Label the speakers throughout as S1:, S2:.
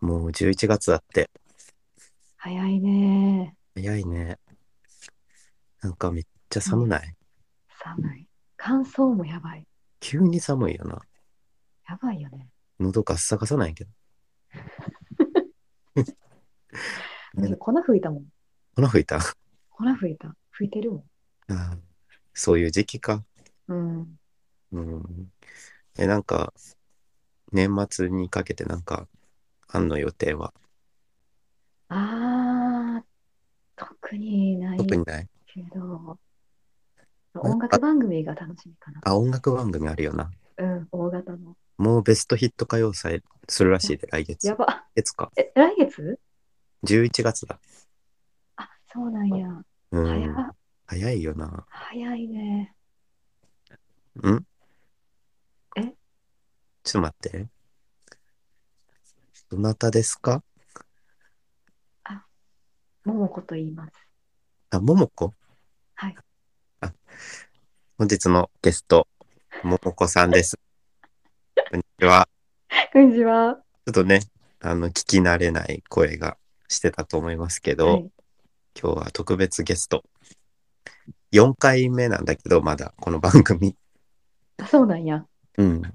S1: もう11月だって。
S2: 早いね。
S1: 早いね。なんかめっちゃ寒ない。
S2: 寒い。乾燥もやばい。
S1: 急に寒いよな。
S2: やばいよね。
S1: 喉ガッサガサなんやけど。
S2: 私粉吹いたもん。
S1: 粉吹い た。
S2: 粉吹いた。吹いてるも
S1: あーそういう時期か。
S2: ん。うん。
S1: うん。え、なんか、年末にかけてなんか、あんの予定は
S2: あー、特にない
S1: 特にない。
S2: けど、音楽番組が楽しみかな。
S1: あ、音楽番組あるよな。
S2: うん、大型の。
S1: もうベストヒット歌謡祭するらしいで、来月。
S2: や
S1: 来
S2: ば。
S1: 月か。
S2: え、来月
S1: 11月だ。
S2: あ、そうなんや。
S1: う
S2: 早
S1: ん。早いよな。
S2: 早いね。
S1: ん
S2: え
S1: ちょっと待って。どなたですか
S2: 桃子と言います。
S1: あ、ももこ
S2: はい。
S1: あ、本日のゲスト、ももこさん です。こんにちは。
S2: こんにちは。
S1: ちょっとね、あの、聞き慣れない声がしてたと思いますけど、
S2: はい、
S1: 今日は特別ゲスト。4回目なんだけど、まだこの番組。
S2: あ、そうなんや。
S1: うん。ちょっ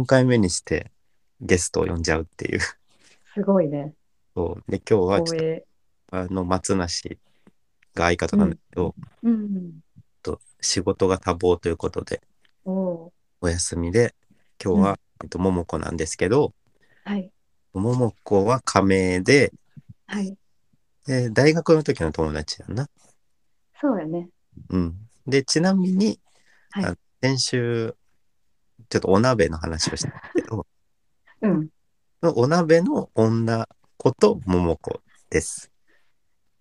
S1: と4回目にしてゲストを呼んじゃうっていう。
S2: すごいね。
S1: そうで、今日はちょっと
S2: 光栄。
S1: あの松梨が相方なんだけど、
S2: うん。
S1: と仕事が多忙ということで
S2: おー
S1: お休みで今日は、えっと、桃子なんですけど
S2: はい。
S1: 桃子は仮名で
S2: はい。
S1: で大学の時の友達やんな。
S2: そうやね。
S1: うん、でちなみに、
S2: はい
S1: あの先週ちょっとお鍋の話をしたけど
S2: うん。
S1: そのお鍋の女こと桃子です。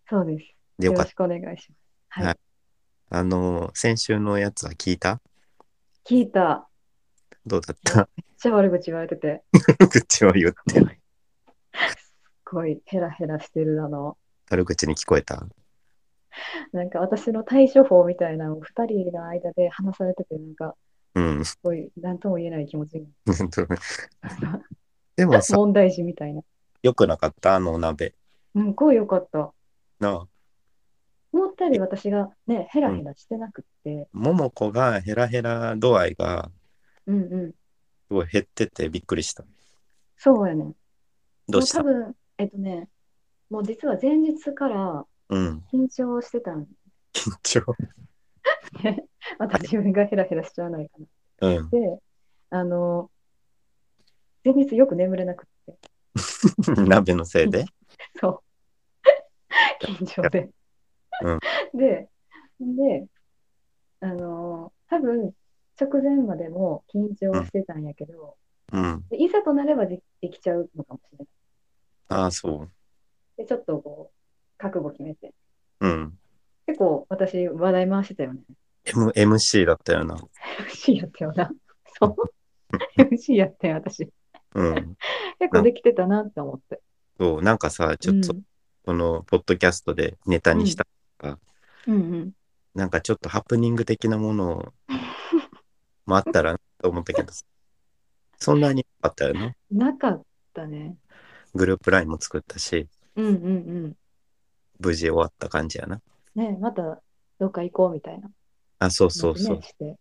S2: そうです。
S1: で
S2: よ
S1: よか
S2: ろ
S1: っ
S2: しくお願いします。はい。
S1: はいた。あの先週のやつは聞いた
S2: 聞いた。
S1: どうだった
S2: めっちゃ悪口言われてて、
S1: 口を言ってない。
S2: すごいヘラヘラしてるあの、
S1: 悪口に聞こえた
S2: なんか私の対処法みたいなのを2人の間で話されてて、なんか、
S1: うん。
S2: すごい何とも言えない気持ちに。
S1: でもさ、
S2: 問題児みたいな。
S1: 良くなかったあのお鍋。
S2: うん、こうよかった。
S1: なあ、
S2: 思ったより私がね、ヘラヘラしてなくって、
S1: 桃子がヘラヘラ度合いが
S2: うんうん。
S1: すごい減っててびっくりした。
S2: そうやね。
S1: どうした
S2: もう多分、えっとね、もう実は前日から
S1: うん。
S2: 緊張してたん
S1: 緊張。
S2: で、また自分がヘラヘラしちゃわないかな。
S1: うん。
S2: で、あの、前日よく眠れなくって、
S1: 鍋のせいで。
S2: そう。緊張で。
S1: うん
S2: で、で、あの、多分直前までも緊張してたんやけど、
S1: うん。
S2: でいざとなればでできちゃうのかもしれない。
S1: ああ、そう。
S2: で、ちょっとこう、覚悟決めて。
S1: うん。
S2: 結構私、話題回してたよね。
S1: M、MC だったよな。
S2: MC やったよな。 そう。MC やったよ、私。
S1: うん。
S2: 結構できてたなって思って。
S1: そう、なんかさ、ちょっと
S2: うん、
S1: このポッドキャストでネタにした、
S2: うんうん。
S1: なんかちょっとハプニング的なものもあったらなと思ったけど、 そんなにあったよね。
S2: なかったね。
S1: グループラインも作ったし、
S2: うんうん
S1: 無事終わった感じやな。
S2: うん。ねまたどっか行こうみたいな。
S1: あ、そうそうそう
S2: ね。して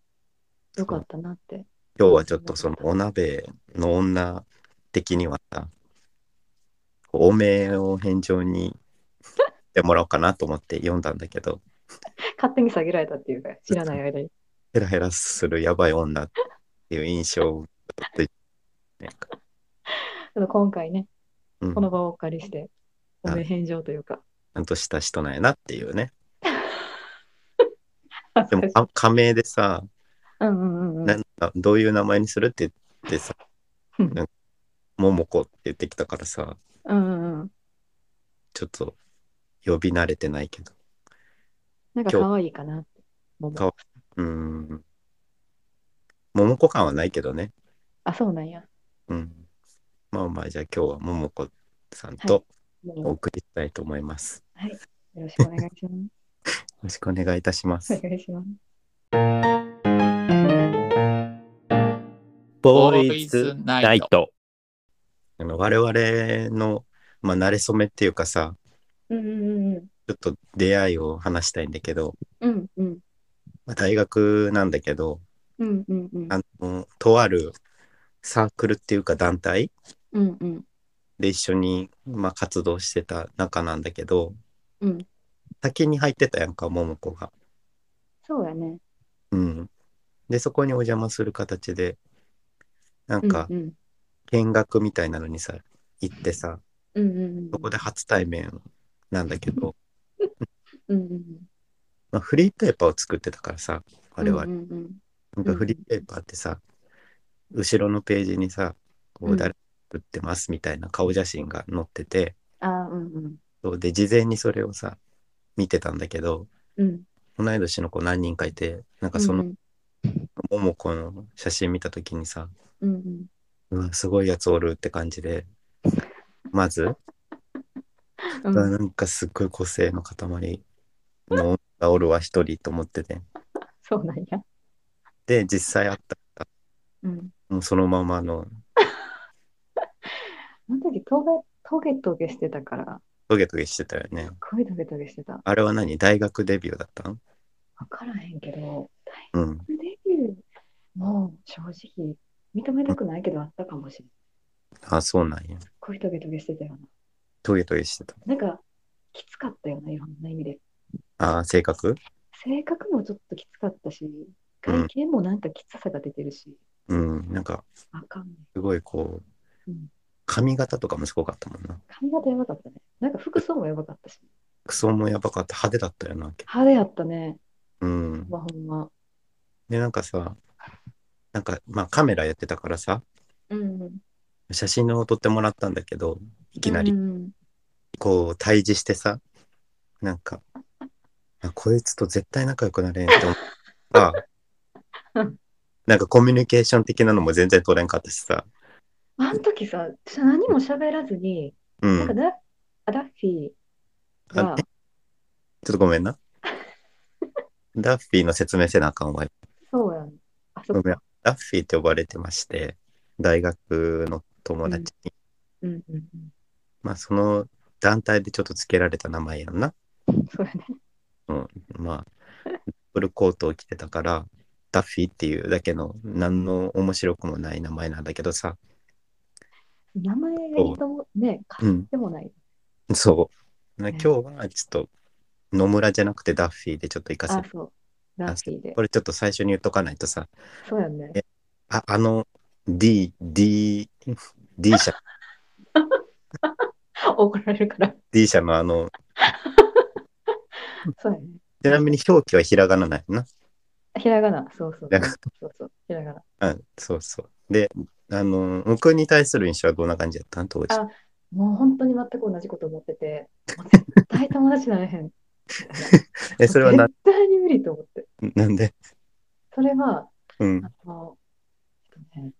S2: よかったなって。
S1: 今日はちょっとそのお鍋の女的にはさ、こうお名を返上にしてもらおうかなと思って読んだんだけど、
S2: 勝手に下げられたっていうか、知らない間に。
S1: ヘラヘラするやばい女っていう印象を持ってなんか
S2: ちょっと今回ね、
S1: うん
S2: この場をお借りして、
S1: う
S2: お
S1: ん
S2: め返上というか。
S1: ちゃんとした人なんやなっていうね。で
S2: う
S1: も、か仮名でさ、
S2: ん うんうんう。
S1: なんなどういう名前にするって言ってさ、
S2: うん
S1: なんか桃子って言ってきたからさ、
S2: うんうんうん。
S1: ちょっと呼び慣れてないけど。
S2: なんか可愛いかなって。もも
S1: かわうーん。桃子感はないけどね。
S2: あ、そうなんや。
S1: うん。まあまあ、じゃあ今日は桃子さんと
S2: も
S1: お
S2: も
S1: 送りしたいと思います。
S2: よろしくお願いしま。
S1: よろしくお願いいたします
S2: お
S1: す。
S2: 願いします。
S3: ボーイズナイト。
S1: あの我々の、まあ、慣れ初めっていうかさ
S2: うんうん
S1: ちょっと出会いを話したいんだけど、
S2: うんうん
S1: まあ、大学なんだけど
S2: うんうんうん
S1: あのとあるサークルっていうか団体
S2: うんうん
S1: で一緒に、まあ、活動してた仲なんだけど
S2: うん
S1: 先に入ってたやんか桃子が。
S2: そうやね
S1: うん、でそこにお邪魔する形でなんか
S2: うん
S1: 見学みたいなのにさ行ってさ
S2: うんうんうんうん
S1: そこで初対面なんだけど、
S2: うんうん
S1: まあ、フリーペーパーを作ってたからさ我々、
S2: うんうんうん
S1: なんかフリーペーパーってさ、後ろのページにさ、こ
S2: う
S1: うん誰か作ってますみたいな顔写真が載ってて、
S2: あーうんうん
S1: そうで、事前にそれをさ、見てたんだけど、
S2: うん
S1: 同い年の子何人かいて、なんかその、桃子の写真見たときにさ、
S2: うんうん
S1: うわ、すごいやつおるって感じで、まず、
S2: う
S1: うんわなんかすっごい個性の塊の女がおるわ、一人と思ってて。
S2: そうなんや
S1: で、実際会ったら、
S2: うん
S1: もうそのままの、
S2: あの時トゲトゲトゲしてたから
S1: トゲトゲしてたよね。
S2: すごいトゲトゲしてた
S1: あれは何大学デビューだったん
S2: 分からへんけど大
S1: うん。
S2: 学デビューも正直認めたくないけどあったかもしれない
S1: あ、そうなんや。
S2: こういうトゲトゲしてたよ
S1: トゲトゲしてた。
S2: ななんかきつかったよないろんな意味で
S1: ああ、性格
S2: 性格もちょっときつかったし外見もなんかきつさが出てるし、
S1: うん。なんか、
S2: あかんね
S1: すごいこう
S2: うん、
S1: 髪型とかもすごかったもんな。
S2: 髪型やばかったねなんか服装もやばかったし
S1: 服装もやばかった。派手だったよな。
S2: 派手やったね
S1: うん。
S2: まあほんま
S1: で、なんかさ、なんか、まあカメラやってたからさ、
S2: うんうん
S1: 写真を撮ってもらったんだけど、いきな
S2: う
S1: り、
S2: ん
S1: こう、対峙してさ、なんか、あこいつと絶対仲良くなれんって思った。 なんかコミュニケーション的なのも全然取れんかったしさ。
S2: あの時さ私何も喋らずに、
S1: う
S2: なんか
S1: ん。
S2: ダダッフィー
S1: あ
S2: が
S1: ちょっとごめんな。ダッフィーの説明せなあかんわ。
S2: そうやんあそ
S1: ご
S2: こ
S1: めん。ダッフィーって呼ばれてまして、大学の友達に、
S2: うんうん
S1: まあその団体でちょっと付けられた名前やんな。
S2: うんそうやね
S1: まあ、ブルコートを着てたから、ダッフィーっていうだけの何の面白くもない名前なんだけどさ、
S2: 名前がいいともね
S1: う
S2: 買っ
S1: ん、
S2: てもない、
S1: そう。な
S2: ね
S1: 今日はちょっと野村じゃなくてダッフィーでちょっと行かせ
S2: あ
S1: て、
S2: そうダッフィーで
S1: これちょっと最初に言っとかないとさ、
S2: そうやんね
S1: えああの D、D、D 社、
S2: 怒られるから
S1: D 社のあの、
S2: そうやね
S1: ちなみに表記はひらがなないな。
S2: ひらがな、そうそう
S1: ひらが。
S2: そうそう、ひらがな。
S1: うん、そうそう。で、あの、僕に対する印象はどんな感じだったん当時。
S2: あもう本当に全く同じこと思ってて、もう絶対友達になれへん。
S1: え、それはな
S2: 絶対に無理と思って。
S1: なんで
S2: それは、
S1: うん
S2: あ。の、えっとね、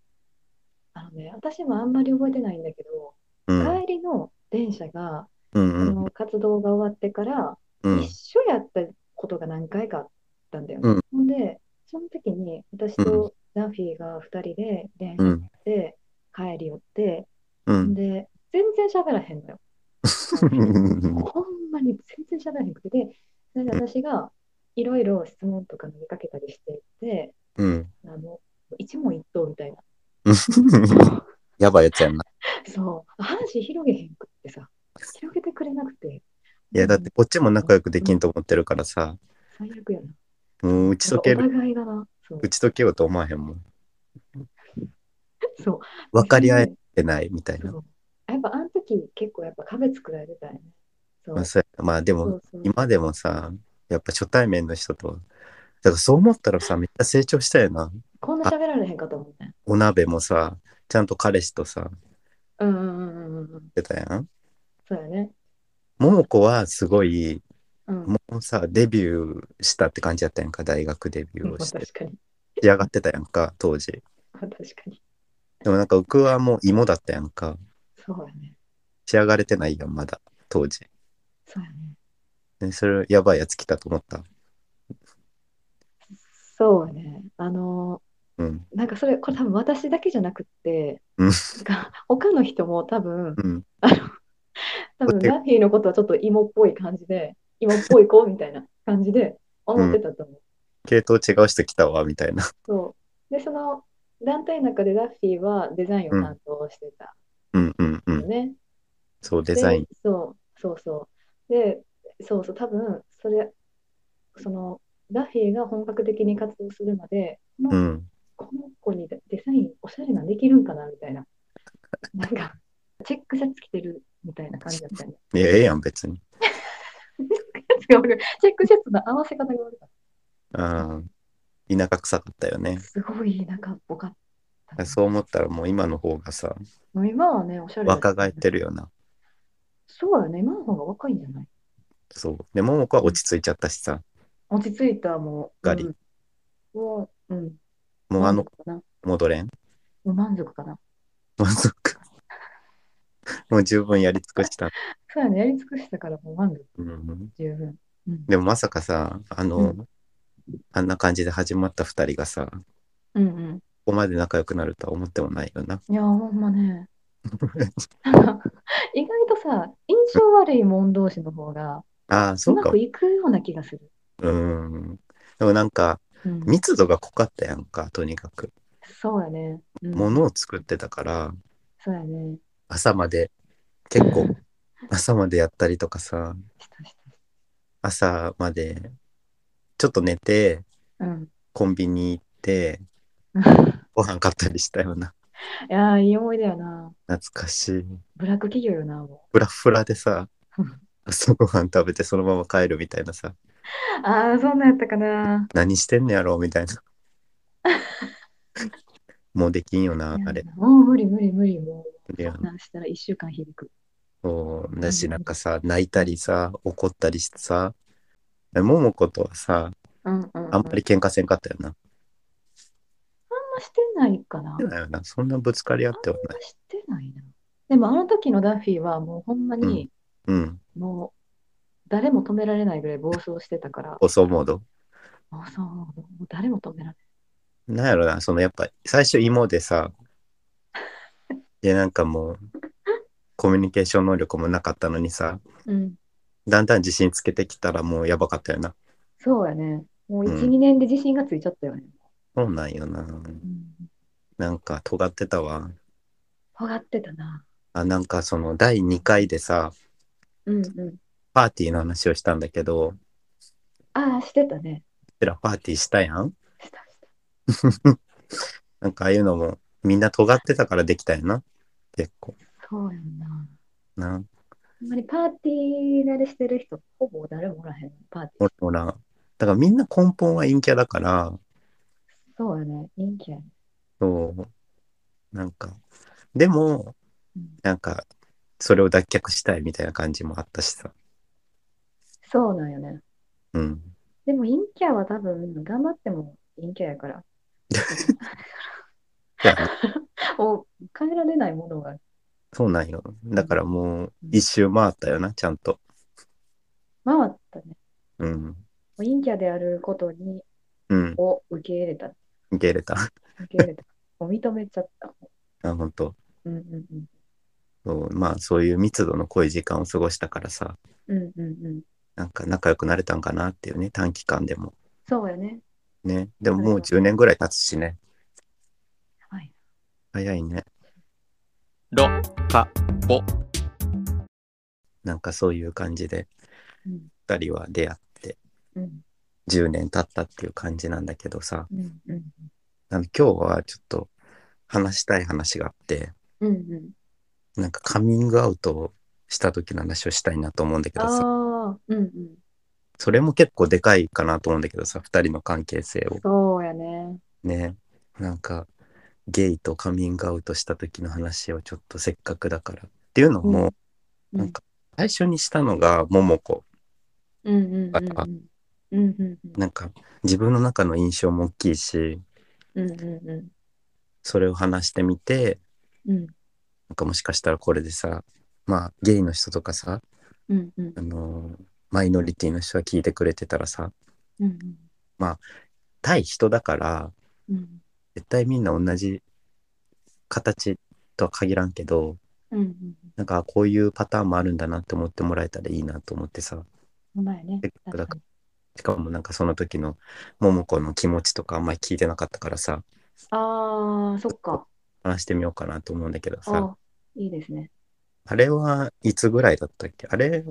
S2: あのね、私もあんまり覚えてないんだけど、
S1: うん。
S2: 帰りの電車が、
S1: うん
S2: あ
S1: うん
S2: の活動が終わってから、
S1: うん。
S2: 一緒やったことが何回かあったんだよ
S1: うん
S2: ね。ほんで、その時に私とダンフィーが2人で電
S1: う
S2: 車
S1: ん。
S2: で帰り寄って、
S1: うん。
S2: で、全然喋らへ んのよ。ほんまに全然喋らへんくて、でそれで私がいろいろ質問とか投げかけたりしていて、
S1: うん。
S2: あの一問一答みたいな。
S1: やばいやつやんな。
S2: そう、話広げへんくってさ、広げてくれなくて。
S1: いや、だってこっちも仲良くできんと思ってるからさ、
S2: うん。最悪やな。
S1: もう打ち解け
S2: お
S1: る、
S2: 互いがな。そう
S1: 打。ち解けようと思わへんもん。
S2: そう
S1: 分かり合えてないみたい
S2: そ
S1: な。
S2: うやっぱあの時結構やっぱ壁作られてたよね。そう
S1: まあ、。そうやまあで
S2: そ
S1: も、
S2: うそう
S1: 今でもさ、やっぱ初対面の人と、だからそう思ったらさ、めっちゃ成長したよな。
S2: こんな喋られへんかと思って。
S1: お鍋もさ、ちゃんと彼氏とさ、
S2: うんうんうんうんうん。
S1: 出たやん。
S2: そうやね。
S1: 桃子はすごい、
S2: うん。
S1: もうさ、デビューしたって感じやったやんか、大学デビューを
S2: まあ
S1: して、
S2: 確かに。
S1: 仕上がってたやんか、当時。
S2: まあ確かに。
S1: でもなんか、僕はもう芋だったやんか、
S2: そうやね。
S1: 仕上がれてないやん、まだ、当時。
S2: そうやね。
S1: でそれ、やばいやつ来たと思った。
S2: そうね。あの
S1: うん。
S2: なんかそれ、これ多分私だけじゃなくって、
S1: うん
S2: なんか他の人も多分、
S1: うん。
S2: 多
S1: だ
S2: 分
S1: って
S2: ラフィーのことはちょっと芋っぽい感じで、芋っぽい子みたいな感じで思ってたと思う。
S1: 系統違う人来たわ、みたいな。
S2: そう。で、その団体の中でラッフィーはデザインを担当してた
S1: うんうんう
S2: の
S1: ん。
S2: ね。
S1: そう、デ
S2: で
S1: ザイン。
S2: そうそうそう。で、そうそう、多分それ、その、ラフィーが本格的に活動するまで、こ
S1: う
S2: の
S1: ん。
S2: この子にデザイン、おしゃれなんできるんかなみたいな。なんか、チェックシャツ着てるみたいな感じだったよね。
S1: いや、ええやん、別に。
S2: チェックシャツの合わせ方が悪かっ
S1: ああ。田舎臭かったよね
S2: た。。すごい、なんかっぽかった。
S1: そう思ったらもう今の方がさ、
S2: もう今はね、おしゃれだよね
S1: 若返ってるよな。
S2: そうだね、今の方が若いんじゃない
S1: そう。で、ももこは落ち着いちゃったしさ、
S2: 落ち着いた、もう。
S1: ガリ
S2: うんもう、うん。
S1: もうあの
S2: 満足かな。も
S1: 戻れん。
S2: う満足かな。
S1: 満足。もう十分やり尽くした。
S2: そうやね、やり尽くしたからもう満足
S1: うん、
S2: 十分。うん。
S1: でもまさかさ、あの、
S2: うん
S1: あんな感じで始まった二人がさ、こ
S2: うん
S1: こまで仲良くなるとは思ってもないよな。
S2: うん。いや、ほんま ね。なんか意外とさ、印象悪いもん同士の方が
S1: ああ、そうう
S2: ま
S1: か
S2: く。いくような気がする。
S1: うん。でもなんか、
S2: うん、
S1: 密度が濃かったやんか、とにかく。
S2: そうやね。うん、
S1: 物を作ってたから、
S2: そうやね。
S1: 朝まで、結構、朝までやったりとかさ、
S2: したしたし
S1: 朝まで、ちょっと寝て、
S2: た。うん。
S1: コンビニ行って、ご飯買ったりしたような。
S2: いやー、いい思い出やな。
S1: 懐かしい。
S2: ブラック企業よな、も
S1: フラフラでさ
S2: うん、
S1: 朝ごはん食べてそのまま帰るみたいなさ、
S2: う。ああ、そんなんやったかな。
S1: 何してんねやろうみたいな。 もうできんよな、あれ
S2: い。やもう無理無理無理。も、
S1: いうや
S2: そんなんしたら一週間響く。
S1: そうだし、なんかさ、泣いたりさ、怒ったりしてさ、ももことはさ、
S2: うんうん、うん。
S1: あんまり喧嘩せんかったよな。
S2: あんましてないかな。
S1: だよなそんなぶつかり合ってはない。
S2: してないな。でもあの時のダッフィーはもうほんまに
S1: うん、
S2: もう誰も止められないぐらい暴走してたから、
S1: 放送モード。
S2: もうそう、もう誰も止められ
S1: なんやろな、そのやっぱ最初芋で さ、でなんかもう、コミュニケーション能力もなかったのにさ、
S2: ない。うん、
S1: だんだん自信つけてきたらもうやばかったよな。
S2: そうやね。もう1、
S1: うん
S2: 2年で自信がついちゃったよね。
S1: そうなんよな。
S2: うん、
S1: なんか尖ってたわ。
S2: 尖ってたな。
S1: あなんかその第2回でさ、
S2: うんうん。
S1: パーティーの話をしたんだけど、う
S2: ああ、してたね。
S1: ちらパーティーしたやん
S2: したした。
S1: なんかああいうのもみんな尖ってたからできたよな。結構
S2: そうやんな。
S1: な。
S2: あんまりパーティー慣れしてる人、ほぼ誰もおらへん。パーティ
S1: ほ
S2: ー
S1: ら。ほら。だからみんな根本は陰キャだから、
S2: そうやね。人気やね。
S1: そう。なんか、でも、
S2: うん
S1: なんか、それを脱却したいみたいな感じもあったしさ。
S2: そうなんよね。
S1: うん。
S2: でも、陰キャは多分、頑張っても陰キャやから。
S1: いや
S2: を変えられないものがある。
S1: そうなんよ。だからもう、一周回ったよな、ちゃんと。
S2: 回ったね。
S1: うん。
S2: もう陰キャであることに
S1: うん。
S2: を受け入れた。
S1: 受け入れた。
S2: 受け入れた。もう認めちゃった。
S1: あ、本当。
S2: うんうんうん。
S1: そうまあ、そういう密度の濃い時間を過ごしたからさ、
S2: うんうんうん。
S1: なんか仲良くなれたんかなっていうね、短期間でも。
S2: そうやね。
S1: ね。でも
S2: はい
S1: もう10年ぐらい経つしね。
S2: はい。
S1: 早いね。
S3: ろかぼ
S1: なんかそういう感じで、
S2: うん
S1: 二人は出会って
S2: うん
S1: 10年経ったっていう感じなんだけどさ、
S2: うんうん
S1: あの今日はちょっと話したい話があって、
S2: うんうん。
S1: なんかカミングアウトをした時の話をしたいなと思うんだけどさ、
S2: ああ、うんうん。
S1: それも結構でかいかなと思うんだけどさ、二人の関係性を。
S2: そうやね。
S1: ねなんかゲイとカミングアウトした時の話をちょっとせっかくだからっていうのも、
S2: うん
S1: なんか最初にしたのがももこ
S2: うんうんうんうん。うんうんうん。
S1: なんか自分の中の印象も大きいし
S2: うんうんう
S1: それを話してみて
S2: ん。うん
S1: なんかもしかしたらこれでさまあゲイの人とかさ、
S2: うんうん
S1: あのーマイノリティの人が聞いてくれてたらさ
S2: うん
S1: 対人だから
S2: うん
S1: 絶対みんな同じ形とは限らんけど、
S2: うんうん
S1: なんかこういうパターンもあるんだなって思ってもらえたらいいなと思ってさ、
S2: うん。前ね。
S1: せっかくだ
S2: 確
S1: か
S2: から
S1: しかもなんかその時の桃子の気持ちとかあんまり聞いてなかったからさ、
S2: にああ、そっか。
S1: 話してみようかなと思うんだけど
S2: あ
S1: さ、
S2: ーいいですね。
S1: あれはいつぐらいだったっけあれ、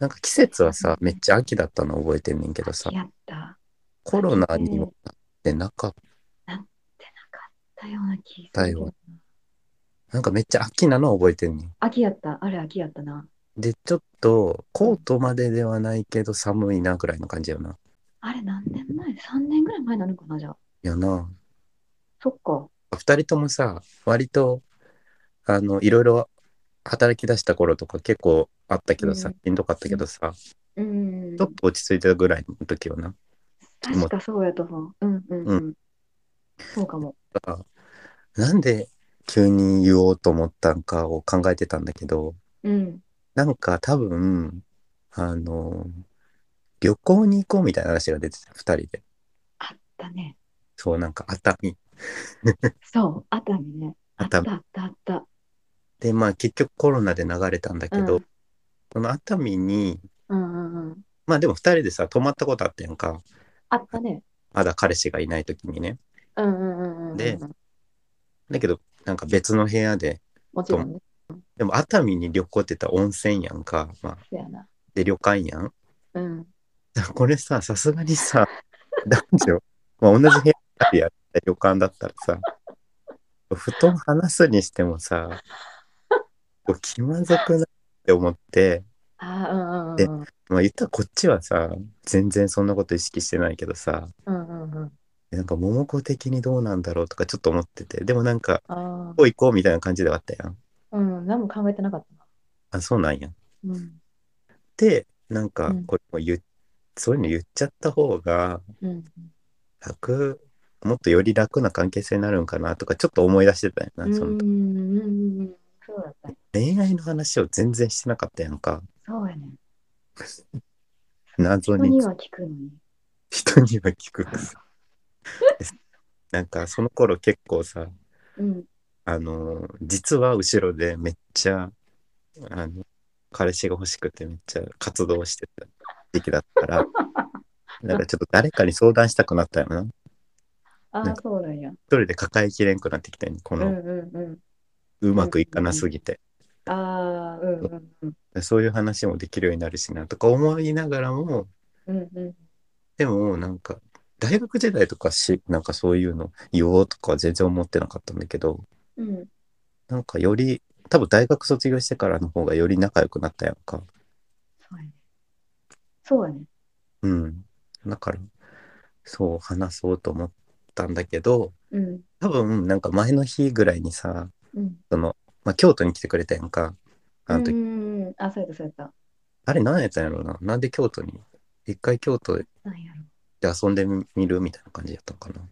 S1: なんか季節はさ、めっちゃ秋だったの覚えてんねんけどさ、
S2: やった。
S1: コロナにもなってなかっ
S2: 出なかったような気
S1: だ
S2: がするけどな
S1: よ。た、なんかめっちゃ秋なの覚えてんねん。
S2: 秋やった。あれ秋やったな。
S1: で、ちょっとコートまでではないけど寒いなぐらいの感じよな。
S2: あれ何年前 ?3 年ぐらい前になるのかなじゃあ。
S1: やな。
S2: そっか。
S1: 二人ともさ、割と、あの、いろいろ働き出した頃とか結構あったけどさ
S2: うん、
S1: しんどかったけどさ、
S2: うん
S1: ちょっ。と落ち着いたぐらいの時よな。
S2: 確かそうやと思う。うんうんうん。そうかも。
S1: だからなんで急に言おうと思ったんかを考えてたんだけど、
S2: うん。
S1: なんか多分、あの、旅行に行こうみたいな話が出てた、二人で。
S2: あったね。
S1: そう、なんか熱海。
S2: そう、熱海ね。あっ
S1: 熱
S2: たあ
S1: 海
S2: ったあった。
S1: で、まあ結局コロナで流れたんだけど、その熱海に、
S2: うんうんうんうん。
S1: まあでも二人でさ、泊まったことあったやんか。
S2: あったね。
S1: まだ彼氏がいない時にね。
S2: うんうんうんうん。
S1: で、だけど、なんか別の部屋で、
S2: もちろんね。
S1: でも熱海に旅行って言ったら温泉やんか。まあ、
S2: そうやな。
S1: で、旅館やん。
S2: うん。
S1: これさ、さすがにさ、男女、まあ、同じ部屋でやった旅館だったらさ、布団話すにしてもさ、気まずくなって思って、
S2: ああ、うんうん
S1: で
S2: うん。
S1: まあ言ったらこっちはさ、全然そんなこと意識してないけどさ、
S2: うんうんうん。
S1: なんか桃子的にどうなんだろうとかちょっと思ってて、でもなんか、
S2: あ
S1: こう行こうみたいな感じではあったやん。
S2: あ、うん。何も考えてなかったな。
S1: あ、そうなんや。
S2: うん。
S1: で、なんか
S2: うん、
S1: これも言っ、そういうの言っちゃった方が、
S2: うん。
S1: 楽、もっとより楽な関係性になるんかなとか、ちょっと思い出してたよ
S2: う
S1: な。
S2: ん
S1: その
S2: うんうんうん。そうだったね。
S1: 恋愛の話を全然してなかったやんか。
S2: そうやね。
S1: 謎
S2: 人
S1: に
S2: には聞くのに。
S1: 人には聞く。なんかその頃結構さ、
S2: うん。
S1: あの、実は後ろでめっちゃ、あの、彼氏が欲しくてめっちゃ活動してた時期だった から、なんかちょっと誰かに相談したくなったよな。一
S2: あ
S1: なん
S2: あ、そうだや。
S1: 人で抱えきれんくなってきたよね、こ
S2: うんう
S1: の、
S2: んう
S1: うまくいかなすぎて。
S2: ん。ああ、うんうんうん。
S1: そういう話もできるようになるしなとか思いながらも、
S2: うんうん。
S1: でもなんか、大学時代とかし、なんかそういうの言おうとかは全然思ってなかったんだけど、
S2: うん。
S1: なんかより、多分大学卒業してからの方がより仲良くなったやんか。
S2: そうやね。そうやね。
S1: うん。だから、そう話そうと思ったんだけど、
S2: うん。
S1: 多分なんか前の日ぐらいにさ、
S2: うん。
S1: その、まあ、京都に来てくれたやんか。あの時、
S2: うんうん。あ、そうやった、そうやった。
S1: あれ何やったんやろうな。なんで京都に、一回京都で
S2: なんやろ。
S1: 遊んでみるみたいな感じやったのかな。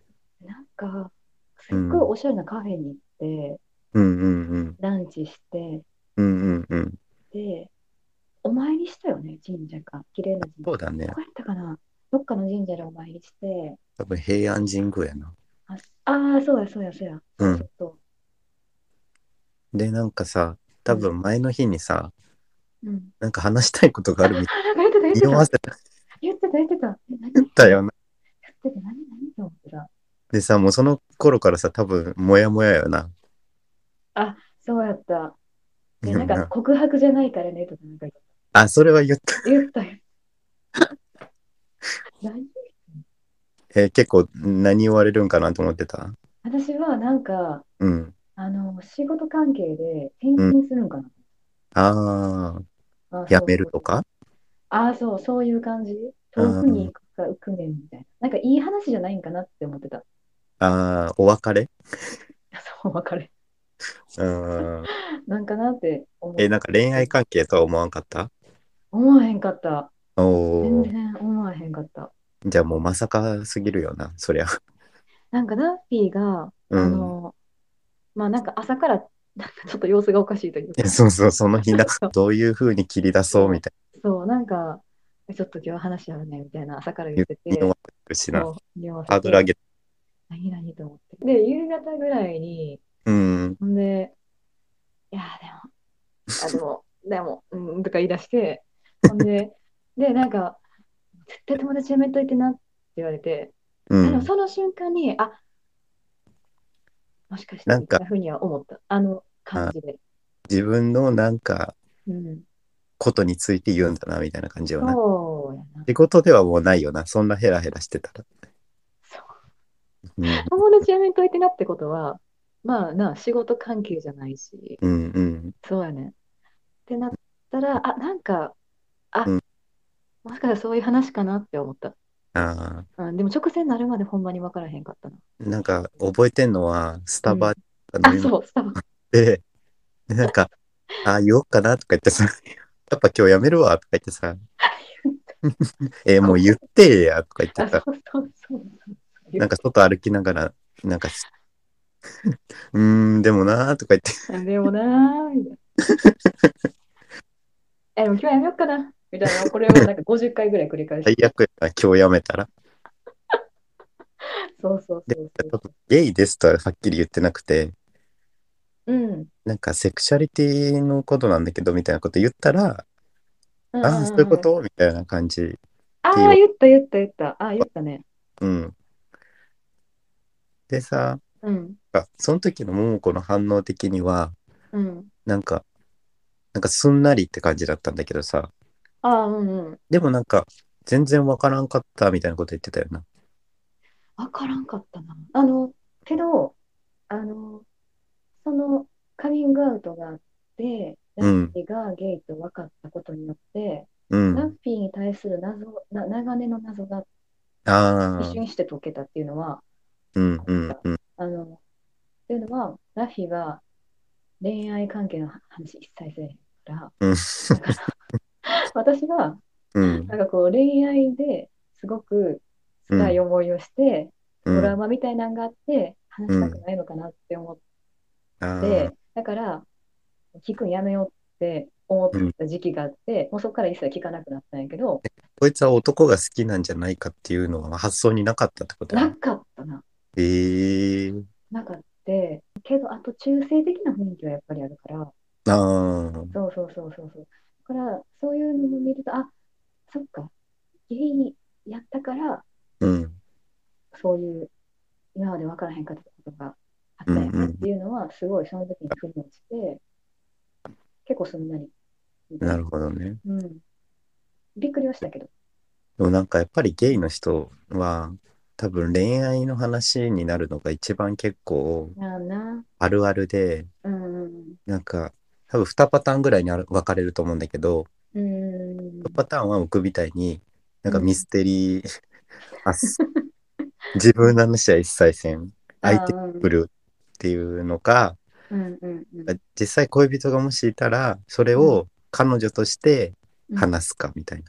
S2: なんか、すっごいおしゃれなカフェに行って、
S1: うんうんうん。
S2: ランチして、
S1: うんうんうん。
S2: で、お参りしたよね、神社か。綺麗な神
S1: そ
S2: 社。
S1: うだね
S2: ど。こやったかなどっかの神社でお参りして、
S1: 多分平安神宮やな。
S2: ああー、そうや、そうや、そうや。
S1: うん
S2: そうそう
S1: で、なんかさ、多分前の日にさ、
S2: そう。うん。
S1: なんか話したいことがあるみた
S2: あ、なんか言ってた、
S1: い
S2: 言っ
S1: に
S2: て
S1: 匂わ
S2: た。
S1: せた
S2: 言ってた、言ってた。え、何
S1: んだよな。
S2: やってて何何と思ってた。
S1: でさ、もうその頃からさ、多分モヤモヤよな。
S2: そうやった。で、
S1: う
S2: なんんか告白じゃないからねとかなんか
S1: あ、それは言った。
S2: 言ったよ。何
S1: えー結構何言われるんかなと思ってた。
S2: 私はなんか、
S1: うん。
S2: あの、仕事関係で転勤するんかな。
S1: ああ、
S2: あ
S1: やめると。か
S2: そうそうああ、そう、そういう感じ。
S1: う
S2: 遠
S1: ん
S2: くに行くか、行くねんみたいな。なんかいい話じゃないんかなって思ってた。
S1: ああ、お別れ
S2: そう、別れ。
S1: うん。
S2: なんかなって思
S1: えーなんか恋愛関係とは思わんかった
S2: 思わへんかった。
S1: お
S2: 全
S1: お。
S2: 然思わへんかった。
S1: じゃあもうまさかすぎるよな、そりゃ。
S2: なんかダッフィーが、
S1: う
S2: あ
S1: ん。
S2: の、まあなんか朝から、なんかちょっと様子がおかしいというか
S1: え、 そうそう、その日な、どういう風に切り出そうみたい
S2: そう、なんか、ちょっと今日話あるねみたいな朝から言
S1: な
S2: ってて、
S1: 言われるしな。
S2: そう匂わせ
S1: ハードル上
S2: て
S1: げ
S2: 何何と思って。で、夕方ぐらいに、
S1: うん。
S2: ほんで、いやーでも、あ、でも、でも、うんとか言い出して、ほんで、で、なんか、絶対友達やめといてなって言われて、
S1: う
S2: でも
S1: ん。
S2: その瞬間に、あもしかして、
S1: な
S2: み
S1: んか
S2: たいなふうには思った。あの感じで。
S1: 自分のなんか、
S2: うん、
S1: ことについて言うんだな、みたいな感じよな。
S2: そうやな。
S1: 仕事ではもうないよな。そんなヘラヘラしてたら。
S2: そう
S1: うん。
S2: 友達やめといてなってことは、まあな、仕事関係じゃないし、
S1: うんうん。
S2: そうやねん。ってなったら、あ、なんか、あ、
S1: うん
S2: もしかしたらそういう話かなって思った。
S1: ああ。
S2: うん、でも直線になるまでほんまに分からへんかったな。
S1: なんか、覚えてんのは、スタバ
S2: あ、
S1: 飲み物
S2: そう、スタバ。
S1: で、でなんか、ああ、言おうかなとか言ってさ、やっぱ今日やめるわとか言ってさ、 えもう言ってやとか言って
S2: あ、そ
S1: さ
S2: う、そうそう。
S1: なんか外歩きながら、なんか、 うーん、でもなーとか言って、
S2: でもなーみたいな。 え、でも今日やめようかな。みたいな。これをなんか50回ぐらい繰り返し
S1: 最
S2: て。
S1: 悪やな今日やめたら、
S2: そうそうそう
S1: ちょ
S2: そ
S1: っとゲイですとははっきり言ってなくて、
S2: う。うん。うん
S1: なんかセクシャリティのことなんだけどみたいなこと言ったら、
S2: うん
S1: ああ、そういうこ
S2: ん
S1: とみたいな感じ。
S2: ああ、言った言った言った。ああ、言ったね。
S1: うん。でさ、
S2: うん。
S1: あその時の桃子の反応的には、
S2: うん。
S1: なんか、なんかすんなりって感じだったんだけどさ、
S2: ああ、うんうん。
S1: でもなんか、全然わからんかったみたいなこと言ってたよな。
S2: わからんかったな。あの、けど、あの、そのカミングアウトがあって、ラ
S1: う
S2: ッ
S1: ん
S2: ピーがゲイと分かったことによって、
S1: うん。
S2: ラッ
S1: あ
S2: ピーに対する謎、な長年の謎が
S1: あ
S2: 一瞬、にして解けたっていうのは、
S1: うんうんうん。
S2: あの、っていうのは、ラフィは恋愛関係の話一切せえへんから、
S1: うん
S2: だから私は、
S1: うん
S2: なんかこう、恋愛ですごく辛い思いをして、
S1: うん。
S2: トラウマみたいなのがあって、話したくないのかなって思って、
S1: あ
S2: だから、聞くんやめようって思った時期があって、もうそこから一切聞かなくなったんやけど、
S1: ーこいつは男が好きなんじゃないかっていうのは発想になかったってことや
S2: な
S1: な。
S2: かったな。
S1: ええー。
S2: なかった。けど、あと中性的な雰囲気はやっぱりあるから、
S1: ああ。
S2: そうそうそうそうそう。だから、そういうのも見ると、あ、そっか、ゲイやったから、
S1: うん。
S2: そういう、今まで分からへんかったことがあったんやなっていうのは、すごいその時に腑に落ちて、結構すんなり。
S1: なるほどね。
S2: うん。びっくりはしたけど。
S1: でもなんかやっぱりゲイの人は、多分恋愛の話になるのが一番結構
S2: なあな。
S1: あるあるで、
S2: うんうん
S1: なんか、多分2パターンぐらいにある分かれると思うんだけど、
S2: うん。うん。
S1: パターンは僕みたいに、なんかミステリー、あす自分の話は一切せん、相手
S2: あー
S1: 来るっていうのか、
S2: うんうんうん。
S1: 実際恋人がもしいたら、それを彼女として話すかみたい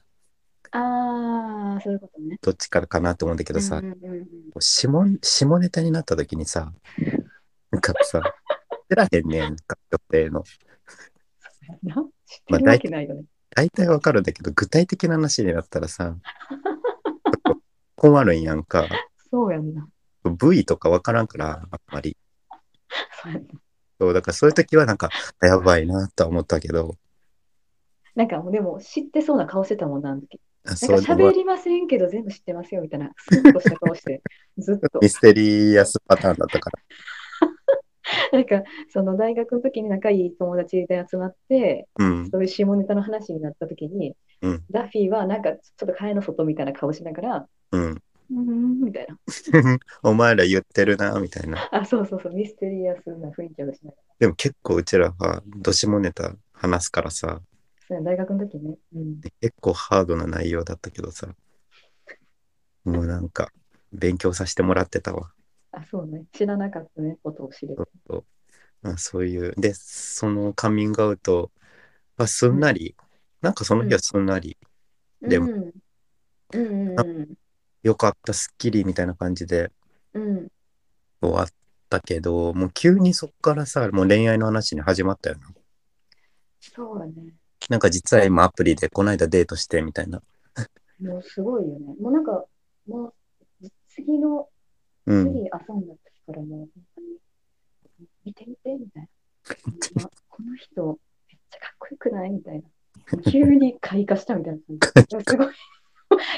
S1: な、
S2: ああ、そういうことね。
S1: どっちからかなと思うんだけどさ、
S2: うんうんうんうん
S1: 下下ネタになった時にさ、なんかさ、知らへんねんか、予定の。
S2: な知ってるわけないよね。
S1: 大体わかるんだけど、具体的な話になったら さ、困るんやんか。
S2: そうやんな。
S1: 部位とかわからんから、あんまり。
S2: そうやんな。
S1: そう、だからそういう時はなんか、あやばいなとは思ったけど、
S2: なんかもうでも知ってそうな顔してたもんな、あの時。
S1: あ
S2: なんか
S1: そうで
S2: 喋
S1: も
S2: りませんけど全部知ってますよみた いな、スッとした顔して、ずっと
S1: ミ。ステリアスパターンだったから。
S2: なんか、その大学の時に仲いい友達で集まって、
S1: うん。
S2: そういう下ネタの話になった時に、
S1: うん
S2: ダッフィーはなんかちょっと替の外みたいな顔しながら、
S1: うん。
S2: うーん、みたいな。
S1: お前ら言ってるな、みたいな。
S2: あ、そうそうそう、ミステリアスな雰囲気を出しながら。
S1: でも結構うちらは、どしもネタ話すからさ、
S2: そうね大学の時ね。うん。
S1: 結構ハードな内容だったけどさ、もうなんか、勉強させてもらってたわ。
S2: あ、そうね。知らなかったね、ことを知れて。
S1: まあ、そういう。で、そのカミングアウトはすんなり、なんかその日はすんなり、でも
S2: うん。うんうんうん
S1: よかった、すっきりみたいな感じで
S2: うん。
S1: 終わったけど、もう急にそっからさ、もう恋愛の話に始まったよな。
S2: そうだね。
S1: なんか実は今アプリでこの間デートしてみたいな。
S2: もうすごいよね。もうなんか、もう次の
S1: うん。
S2: で、朝になった日からもう、本当に、見て見て、みたいな。いやこの人、めっちゃかっこよくないみたいな。急に開花したみたいな感じ。すごい。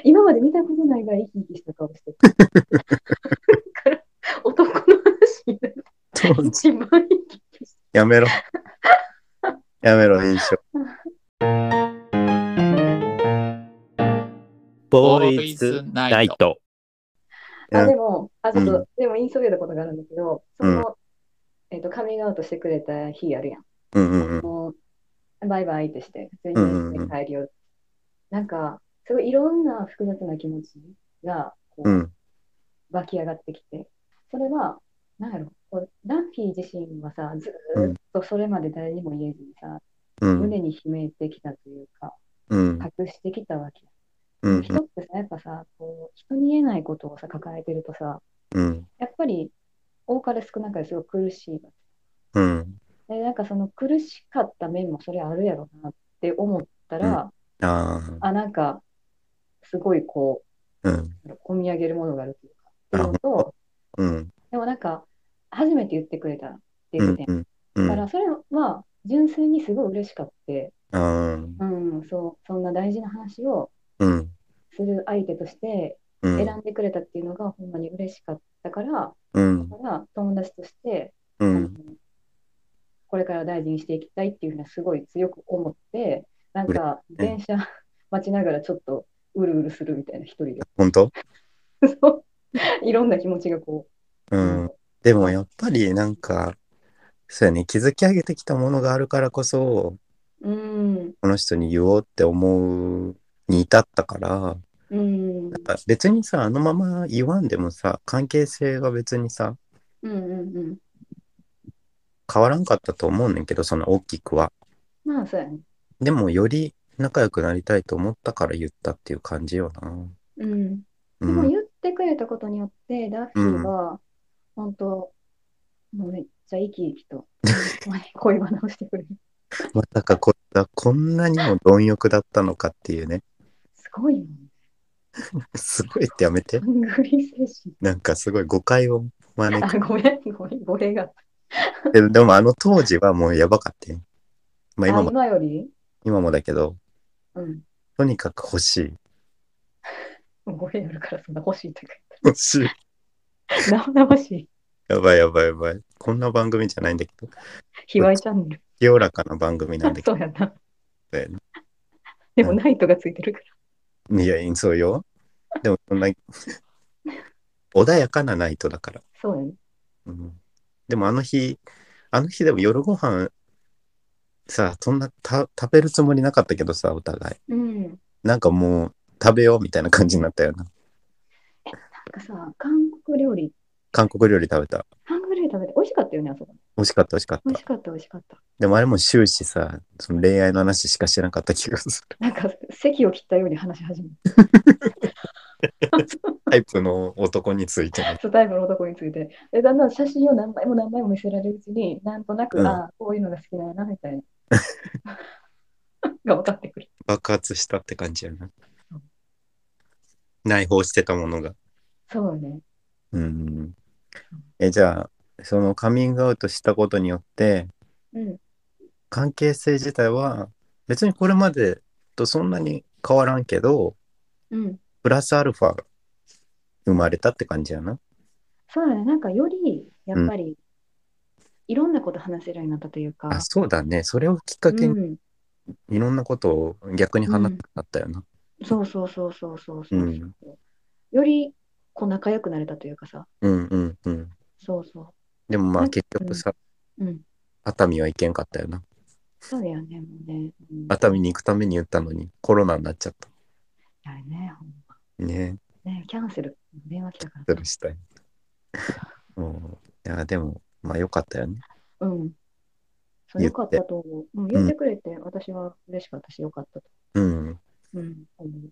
S2: 今まで見たことないぐらい生き生きした顔してた。だから、男の話が
S1: 当時
S2: 一番生き生きし
S1: やめろ。やめろ、印象。ボーイズナイト。
S2: た。あ、
S1: うん
S2: でも、あ、ちょっ
S1: う
S2: と、でも言いそびれたことがあるんだけど、その、えっと、カミングアウトしてくれた日あるやん。
S1: うんうんうん。
S2: もうバイバイってして、普
S1: う
S2: 通
S1: んうん
S2: に帰るよ。なんか、すごいいろんな複雑な気持ちがこう、
S1: うん。
S2: 湧き上がってきて、それは、なんやろ、こうダンフィー自身はさ、ずーっとそれまで誰にも言えずにさ、
S1: うん。
S2: 胸に秘めてきたというか、
S1: うん。
S2: 隠してきたわけ。
S1: うん。
S2: 人ってさ、やっぱさ、こう人に言えないことをさ、抱えてるとさ、
S1: うん。
S2: やっぱり多かれ少なかれすごい苦しいわけ
S1: うん。
S2: でなんかその苦しかった面もそれあるやろなって思ったら、
S1: ああ。
S2: あなんかすごいこ
S1: うん。
S2: う込み上げるものがあるというかっていうのと
S1: うん。
S2: でもなんか初めて言ってくれたって
S1: う
S2: いうん点、。
S1: うん。うん。
S2: だからそれは純粋にすごい嬉しかって、
S1: うん。
S2: うん、そうそんな大事な話を
S1: うん。
S2: する相手として
S1: うん。
S2: 選んでくれたっていうのがほんまに嬉しかったから、
S1: うん。
S2: だから友達として、
S1: う
S2: あの
S1: ん。
S2: これから大事にしていきたいっていうふうにすごい強く思って、なんか電車 待ちながらちょっとうるうるするみたいな一人で、
S1: 本当
S2: そういろんな気持ちがこう、
S1: うん。でもやっぱりなんか、そうやね、築き上げてきたものがあるからこそ、
S2: うん、
S1: この人に言おうって思うに至ったから、
S2: うん、うん、
S1: なんか別にさ、あのまま言わんでもさ、関係性が別にさ、
S2: うん、うん。
S1: 変わらんかったと思うねんけど、その大きくは。
S2: まあそうやね。
S1: でもより仲良くなりたいと思ったから言ったっていう感じよな。
S2: うん。
S1: う
S2: でも
S1: ん。
S2: 言ってくれたことによって、ダッフィーは、本当、もうめっちゃ生き生きと、 恋バナをしてくれる。
S1: まさかこれがこんなにも貪欲だったのかっていうね。
S2: すごいよね。
S1: すごいってやめて。
S2: ハングリー精
S1: なんかすごい誤解を招く
S2: 神。あ、ごめん、ごめん、語弊があった。
S1: ででもあの当時はもうやばかったよ。まあ今
S2: あ
S1: も、
S2: 今より
S1: 今もだけど、
S2: うん。
S1: とにかく欲しい。
S2: 語弊あるからそんな欲しいとか
S1: 欲しい。
S2: 言って。生々しい。
S1: やばいやばいやばい。こんな番組じゃないんだけど、
S2: 卑猥チャンネル。
S1: 清らかな番組 なんだけ
S2: そうやな。
S1: どね、
S2: でもナイトがついてるか
S1: いや、そうよ。でもそんな、穏やかなナイトだから。
S2: ら。そうやね。
S1: うんでもあの日、あの日でも夜ご飯さ、そんなた食べるつもりなかったけどさ、お互い。
S2: うん。なん
S1: なんかもう食べようみたいな感じになったよな。
S2: かさ、韓国料理、
S1: 韓国料理食べた。
S2: 韓国料理食べて美味しかったよね、あそこ。
S1: 美味しかった美味しかっ
S2: 美
S1: た
S2: 味。しかった、美味しかった。
S1: でもあれも終始さ、その恋愛の話しかしてなかった気がする。
S2: なんか、席を切ったように話し始めた。
S1: タイプの男についての。
S2: そうタイプの男について。で、だんだん写真を何枚も何枚も見せられるうちに、なんとなく、
S1: うん
S2: ああ、こういうのが好きなんやな、みたいな。 が分かってくる。
S1: 爆発したって感じやな
S2: うん。
S1: 内包してたものが。
S2: そうね。
S1: うん。え、じゃあ、そのカミングアウトしたことによって、
S2: うん。
S1: 関係性自体は別にこれまでとそんなに変わらんけど
S2: うん。
S1: プラスアルファが生まれたって感じやな。
S2: そうだね。なんか、より、やっぱり、いろんなこと話せるようになったというか。
S1: あそうだねそれをきっかけに
S2: うん、
S1: いろんなことを逆に話すようになったよな。
S2: そうそうそうそうそうそう、
S1: うん
S2: よりこう仲良くなれたというかさ
S1: うんうんうん。
S2: そうそ
S1: でもま
S2: う
S1: あ
S2: ん
S1: 結局さ
S2: ううん
S1: 熱海は行けんかったよな。
S2: そうだよねもうね、うん、
S1: 熱海に行くために言ったのにコロナになっちゃった。
S2: あれねほん
S1: ね
S2: まねキャンセル電話来たか
S1: え。
S2: ら
S1: どうしたい。うんいやでもまあ良かったよね。
S2: うん
S1: 言っ
S2: そう
S1: て
S2: よかったと思う、うん、言ってくれて、私は嬉しかったしよかったと、
S1: うん。
S2: うん思う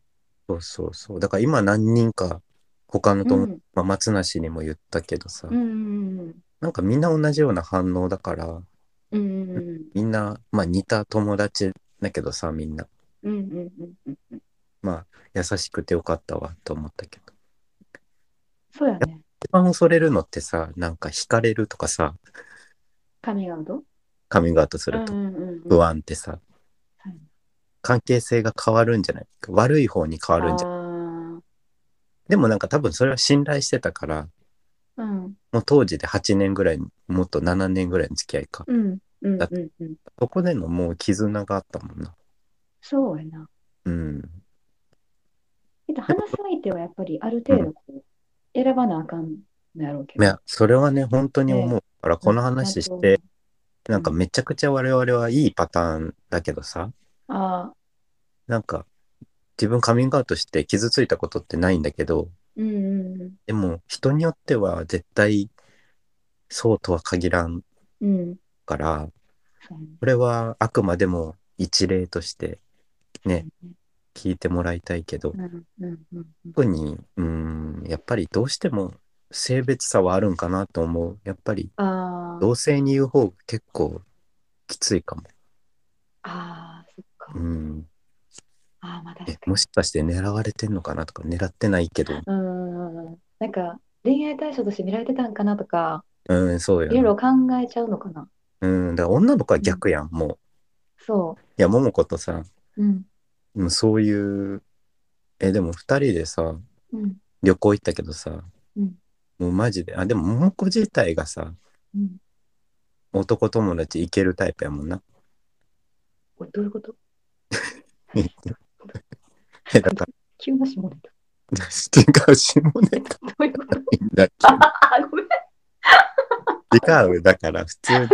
S1: そうそうそう。だから今何人か他の友
S2: うん
S1: まあ、松梨にも言ったけどさ、
S2: うんうん
S1: なんかみんな同じような反応だから
S2: うんうんうん
S1: みんな、まあ、似た友達だけどさみんな
S2: うんうんうんうんうんうん
S1: 優しくてよかったわと思ったけど
S2: そうやね
S1: 番恐れるのってさ、なんか惹かれるとかさ、
S2: 神がうと
S1: カミングアウトす
S2: う
S1: る
S2: ん
S1: と
S2: うんうんうん。
S1: 不安ってさ、
S2: はい
S1: 関係性が変わるんじゃない悪い方に変わるんじゃない
S2: あ
S1: でもなんか多分それは信頼してたから、
S2: あ。うん。
S1: もう当時で8年ぐらい、もっと7年ぐらいの付き合いか。
S2: うん。うん。うん。うん。
S1: そこでのもう絆があったもんな。
S2: そうやな。
S1: うん。
S2: けど話す相手はやっぱりある程度こう、選ばなあかんのやろうけ
S1: い
S2: ど。
S1: や、それはね、本当に思うから、この話して、
S2: ん
S1: なんかめちゃくちゃ我々はいいパターンだけどさ、
S2: ああ、
S1: なんか自分カミングアウトして傷ついたことってないんだけど、
S2: うんうん
S1: でも人によっては絶対そうとは限らん
S2: うん。うん。
S1: から、
S2: そうやね
S1: これはあくまでも一例としてね、聞いてもらいたいけど、
S2: うんうんうんうん。
S1: 特に、うん、やっぱりどうしても性別差はあるんかなと思う。やっぱり
S2: ああ。
S1: 同性に言う方が結構きついかも。
S2: ああ、そっか
S1: う。ん、
S2: ああ、まあ確
S1: え
S2: かに
S1: も。しかして狙われてんのかなとか狙ってないけど、
S2: うん。なんか、恋愛対象として見られてたんかなとか、
S1: うん、そうよ
S2: いろい
S1: ね、
S2: ろ考えちゃうのかな。
S1: うん、だから女の子は逆やん、もう。
S2: そ
S1: いや、桃子とさ、
S2: う。うん。
S1: もうそういう、え、でも二人でさ、
S2: うん。
S1: 旅行行ったけどさ、
S2: うん
S1: もうマジで、あ、でも桃子自体がさ、
S2: うん。
S1: 男友達行けるタイプやもんな。
S2: おどういうこと
S1: え、だから、
S2: 急な下ネタ。
S1: 違うしもね、
S2: どういう こと
S1: だ
S2: あ、ごめん。
S1: 違う、だから普 通に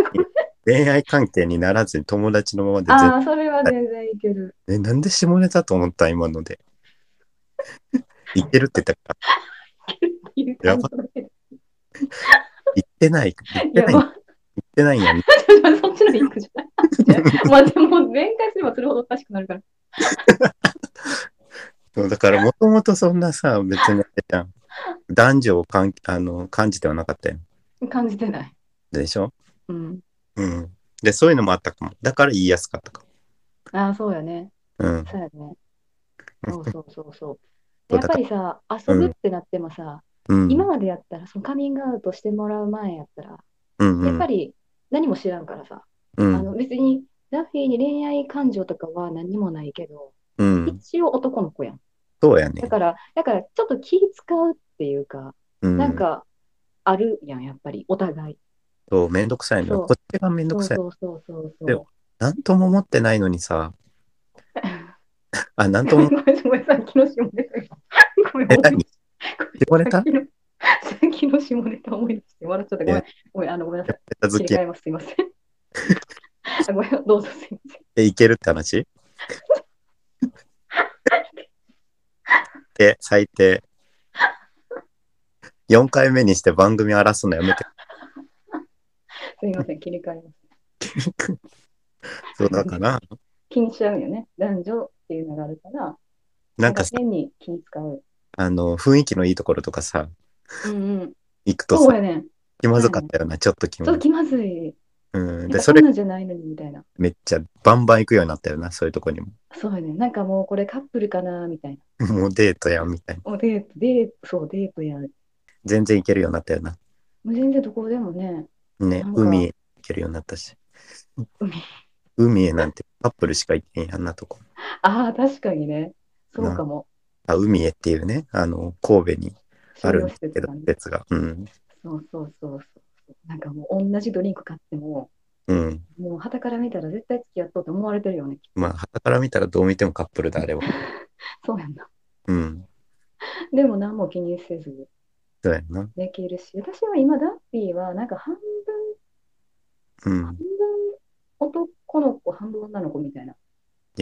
S1: 恋愛関係にならずに友達のままで全
S2: ああ、それは全然いける。
S1: え、なんで下ネタと思った今ので。 言ってるって言ったか
S2: いやば。
S1: ら。言ってない。言って
S2: や
S1: ない。言っ
S2: ば。
S1: てないやん。
S2: そっちのリンクじ ゃない。まあでも、面会すればそれほどおかしくなるから。
S1: そうだからもともとそんなさ、別にあれじゃん。男女をかんあの感じてはなかったよ。
S2: 感じてない。
S1: でしょ
S2: うん。
S1: うん。で、そういうのもあったかも。だから言いやすかったか
S2: ああ、そうよね。
S1: も。うん。
S2: そう やね。そうそうそうそう。やっぱりさ、遊ぶってなってもさ、
S1: うん。
S2: 今までやったら、そのカミングアウトしてもらう前やったら、
S1: うん、うん。
S2: やっぱり何も知らんからさ、
S1: う
S2: あ
S1: ん。
S2: の別にラフィーに恋愛感情とかは何もないけど、
S1: うん。
S2: 一応男の子やん。
S1: そうやね
S2: だ。から、だからちょっと気使うっていうか、
S1: うん。
S2: なんかあるやん、やっぱり、お互い。
S1: そう、めんどくさい
S2: そ
S1: の。
S2: う
S1: こっちがめんど
S2: そう
S1: くさい。
S2: そうそうそうそう。
S1: でもなんとも思ってないのにさ。あ、なんとも思っ
S2: ごめんごめんさっきの下ネタが。ごめん
S1: え何てこれ
S2: さ
S1: た
S2: っきのさっきの下ネタ思い出して笑っちゃった。ごめん、ごめん、あのごめんなさい。
S1: た
S2: 切
S1: 好き
S2: り替えます。すいません。 あごめん、どうぞすいません。
S1: でいけるって話で、最低。4回目にして番組荒らすのやめて。
S2: すいません、切り替えます。
S1: そうだから、
S2: 気にしちゃうよね。男女っていうのがあるから、
S1: なんかさ、
S2: 変に気に使う。
S1: あの、雰囲気のいいところとかさ、
S2: うんうん。
S1: 行くと
S2: そう
S1: さ、
S2: やねん。ち
S1: 気まずかったよな、ちょっと気
S2: ょっ
S1: まず
S2: と
S1: い。
S2: 気まずい。
S1: うん。
S2: なん
S1: で、
S2: か
S1: そ
S2: そん
S1: れ
S2: なんじゃないのにみたいな。
S1: めっちゃバンバン行くようになったよな、そういうとこにも。
S2: そうやねん。なんかもうこれカップルかなみたいな。
S1: もうデートやんみたいな。
S2: おデート、デート、そう、デートやん。
S1: 全然行けるようになったよな。
S2: もう全然どこでもね。
S1: ね
S2: なん、か
S1: 海へ行けるようになったし。海へなんてカップルしか行けんやんなとこ。
S2: ああ、確かにね。そうかも。
S1: あ、海へっていうね、あの、神戸にあるんです
S2: 商業施
S1: け
S2: 設
S1: ど
S2: が、ね
S1: 施設が。うん。
S2: そうそうそうそう。なんかもう同じドリンク買っても、
S1: うん。
S2: もう傍から見たら絶対付き合っとうと思われてるよね。
S1: まあ、傍から見たらどう見てもカップルだ、あ れは。
S2: そうやんな。
S1: うん。
S2: でも何も気にせず
S1: そうやんな。
S2: できるし、私は今ダッフィーはなんか半分、
S1: う
S2: 半
S1: ん。
S2: 分男の子、半分女の子みたいな。
S1: い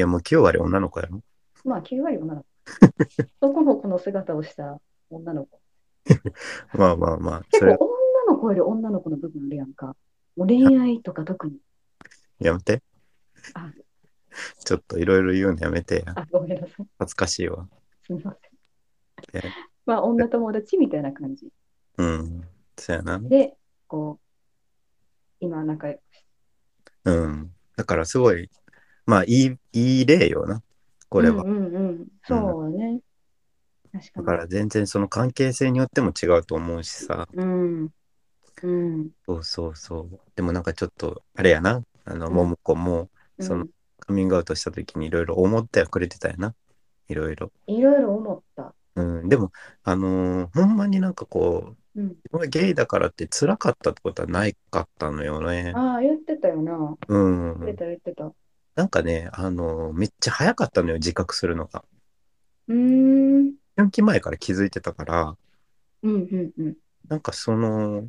S1: や、もう9割女の子やろ。
S2: まあ9割 女の子。男の子の姿をした女の子。
S1: まあまあまあ、そ
S2: 結
S1: れ
S2: 構
S1: は
S2: 女の子より女の子の部分あるやんか。もう恋愛とか特に。
S1: やめて
S2: あ。
S1: ちょっといろいろ言うのやめてや。
S2: あ、ごめんなさい。
S1: 恥ずかしいわ。
S2: すみません
S1: え。
S2: まあ女友達みたいな感じ。
S1: うん。そうやな。
S2: で、こう、今、なんか、
S1: うん。だからすごい、まあ、いい、いい例よな。これは。
S2: うんうんうん、そうね。確か
S1: だ
S2: に。
S1: から全然その関係性によっても違うと思うしさ。
S2: うん。うん。
S1: そうそうそう。でもなんかちょっと、あれやな。あの、
S2: うん
S1: ももこもその
S2: うん
S1: カミングアウトした時にいろいろ思ってはくれてたよな。いろいろ。
S2: いろいろ思った。
S1: うん。でも、あのーほんまになんかこう、
S2: うん。
S1: 自分がゲイだからって辛かったってことはないかったのよね。
S2: ああ、言ってたよな。
S1: うん。
S2: 言ってた、言ってた。う
S1: なんかね、あのーめっちゃ早かったのよ、自覚するのが。
S2: ーん。
S1: 4期前から気づいてたから、
S2: うんうんうん。
S1: なんかその、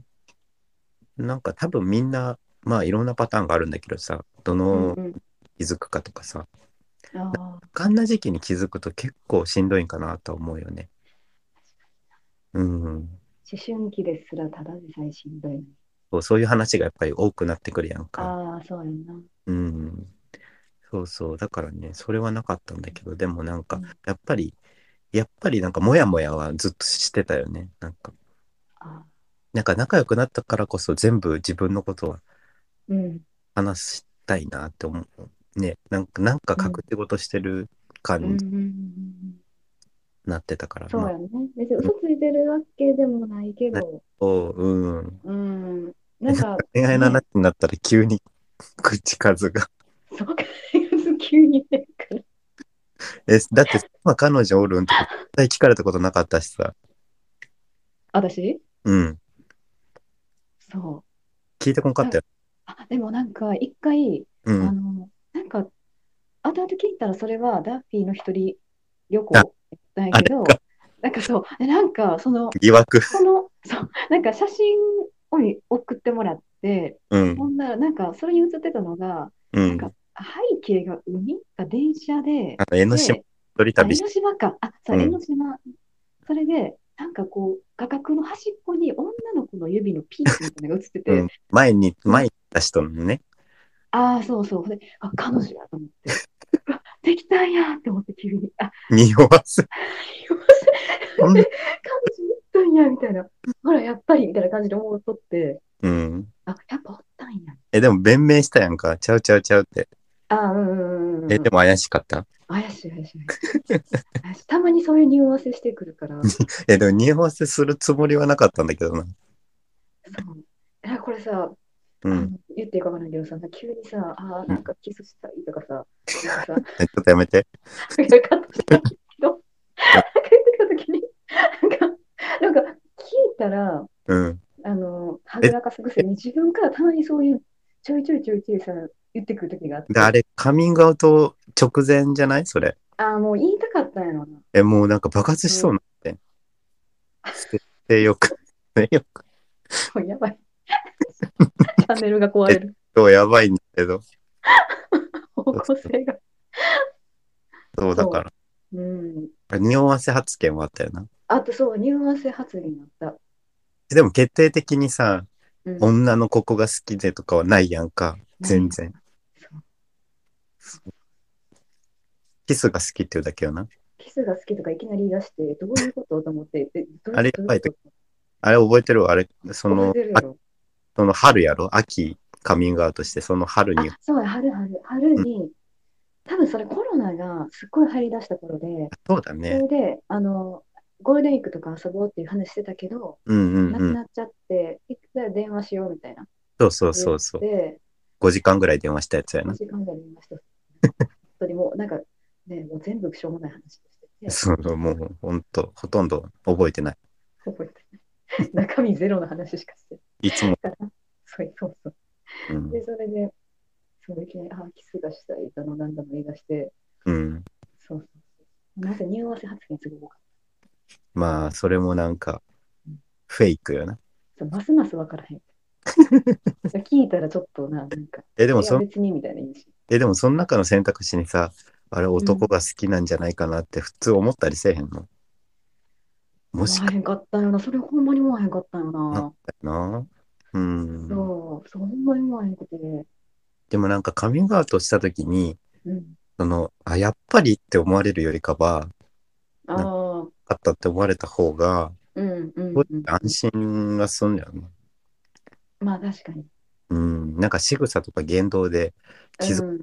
S1: なんか多分みんな、まあいろんなパターンがあるんだけどさ、ど
S2: うん
S1: の
S2: うん、
S1: 気づくかとかさ、
S2: ああ、
S1: こんな時期に気づくと結構しんどいんかなとは思うよね。うん。
S2: 思春期ですらただでさえしんどいのに。
S1: そうそういう話がやっぱり多くなってくるやんか。
S2: ああ、そうやんな。
S1: うん。そうそう。だからね、それはなかったんだけど、でもなんか、やっぱり、やっぱりなんか、モヤモヤはずっとしてたよね。なんか、
S2: ああ、
S1: なんか仲良くなったからこそ全部自分のことは
S2: うん。
S1: 話したいなって思う。ね、なんか、なんか隠し事してる
S2: うんうん
S1: 感
S2: う
S1: じ
S2: んうん。
S1: になってたから、
S2: そう
S1: ま
S2: や
S1: あ
S2: んね。別に嘘ついてるわけでもないけど、
S1: そう、うん。
S2: うん。なんか、
S1: 恋愛の話になったら急に 口数が。
S2: そうか、 急にね、
S1: え、だって、まあ、彼女おるんって絶対聞かれたことなかったしさ。
S2: 私
S1: うん。
S2: そう。
S1: 聞いてこんかったよ。
S2: あ、でもなんか、一回、
S1: う
S2: あ
S1: ん。
S2: の、なんか、後々聞いたらそれはダッフィーの一人旅行
S1: あ
S2: なんやけど、なんかそう、えなんかその、
S1: 疑惑。
S2: その、そう、なんか写真を見送ってもらって、
S1: うん
S2: ほ。んなら、なんかそれに写ってたのが、
S1: う
S2: なん
S1: ん。
S2: か背景が海が電車で、
S1: あの、江ノ島
S2: で
S1: 一人
S2: あ
S1: 旅
S2: 江
S1: し
S2: ノ島か。あ、そう、
S1: うん
S2: 江ノ島。それで、なんかこう、画角の端っこに女の子の指のピースみたいなのが映ってて、
S1: うん前に、前に行った人のね。
S2: ああ、そうそう。で、あ、彼女やと思って。うわできたんやって思って急に、あ、
S1: 匂わせ。
S2: よし
S1: うん
S2: 彼女おったんやみたいな。ほら、やっぱりみたいな感じで思うとって、
S1: うん。
S2: あ、やっぱおったんや。
S1: え、でも弁明したやんか。ちゃうちゃうちゃうって。
S2: あーうんうんうんうん。
S1: え、でも怪しかった。
S2: 怪しい怪しい怪しい怪しい。たまにそういう匂わせしてくるから、そう。
S1: え、でも匂わせするつもりはなかったんだけどな。
S2: えこれさ、
S1: う
S2: あ
S1: ん。
S2: の言っていいかわからないけどさ、急にさ、あーなんかキスしたいとかさ、なんかさ、
S1: えちょっとやめて。
S2: カットしたんだけど、なんか言ってた時に、なんか、なんか聞いたら、
S1: うん。
S2: あの、はぐらかすくせに自分からたまにそういう、ちょいちょいちょいちょいさ、言ってくる時があって、
S1: で、あれ、カミングアウト直前じゃないそれ。
S2: ああ、もう言いたかったんやろ な。
S1: え、もうなんか爆発しそうになって。性欲。性欲。
S2: もうやばい。チャンネルが壊れる。
S1: 今日やばいんだけど。
S2: 方向性が。
S1: そうだから。
S2: うん。
S1: 匂わせ発言はあったよな。
S2: あとそう、ニュアンス発言だった。
S1: でも決定的にさ、
S2: うん、
S1: 女のここが好きでとかはないやんか。全然。
S2: そう
S1: キスが好きっていうだけよな。
S2: キスが好きとかいきなり言い出して、どういうことと思って、えどういうこ と
S1: あれやばい
S2: どううこ
S1: あれ覚えてるわあれ、そ
S2: と覚
S1: の
S2: えてる、や
S1: あ
S2: ろ
S1: その春やろ秋カミングアウトして、その春に
S2: あ、そうや、春春。春に、多分それコロナがすっごい入り出した頃で、
S1: そうだ
S2: そ
S1: ね
S2: れ。で、あの、ゴールデンウィークとか遊ぼうっていう話してたけど、
S1: うんうん
S2: な
S1: う
S2: く
S1: ん。
S2: なっちゃって、いつか電話しようみたいな。
S1: そうそうそうそう。
S2: で、
S1: 5時間ぐらい電話したやつや
S2: 2
S1: な。
S2: 時間ぐらい見ました。本当にもう、なんか、ね、もう全部しょうもない話してて、
S1: そう、もうほんと、ほとんど覚えてない。
S2: 覚えてない。 中身ゼロの話しかしてない
S1: いつも。
S2: から。そうそうそう。
S1: うん
S2: で、それで、そういきなり、あー、キスがしたいだの、なんだの言い出して、
S1: うん。
S2: そうそうそう。なんせ匂わせ発言すごい多かっ
S1: まあ、それもなんか、フェイクよな。
S2: た。そうますますわからへん。聞いたらちょっとな、なんか、
S1: え、で
S2: で
S1: もそ、
S2: 別にみたいな言うし。
S1: え、でもその中の選択肢にさ、あれ男が好きなんじゃないかなって普通思ったりせえへんのもしか
S2: 思わへんかったよな、それほんまに思わへんかったよな。
S1: な。うん。
S2: そう、そうほんまに思わへんくて。う
S1: でもなんかカミングアウトした時に、
S2: ん。
S1: その、あ、やっぱりって思われるよりかは、
S2: ああ、
S1: あったって思われた方が、
S2: うんうん、
S1: こう
S2: う
S1: や
S2: ん
S1: って。安心がすんだよね。
S2: まあ確かに。
S1: うん。なんか仕草とか言動で気づくっ
S2: うん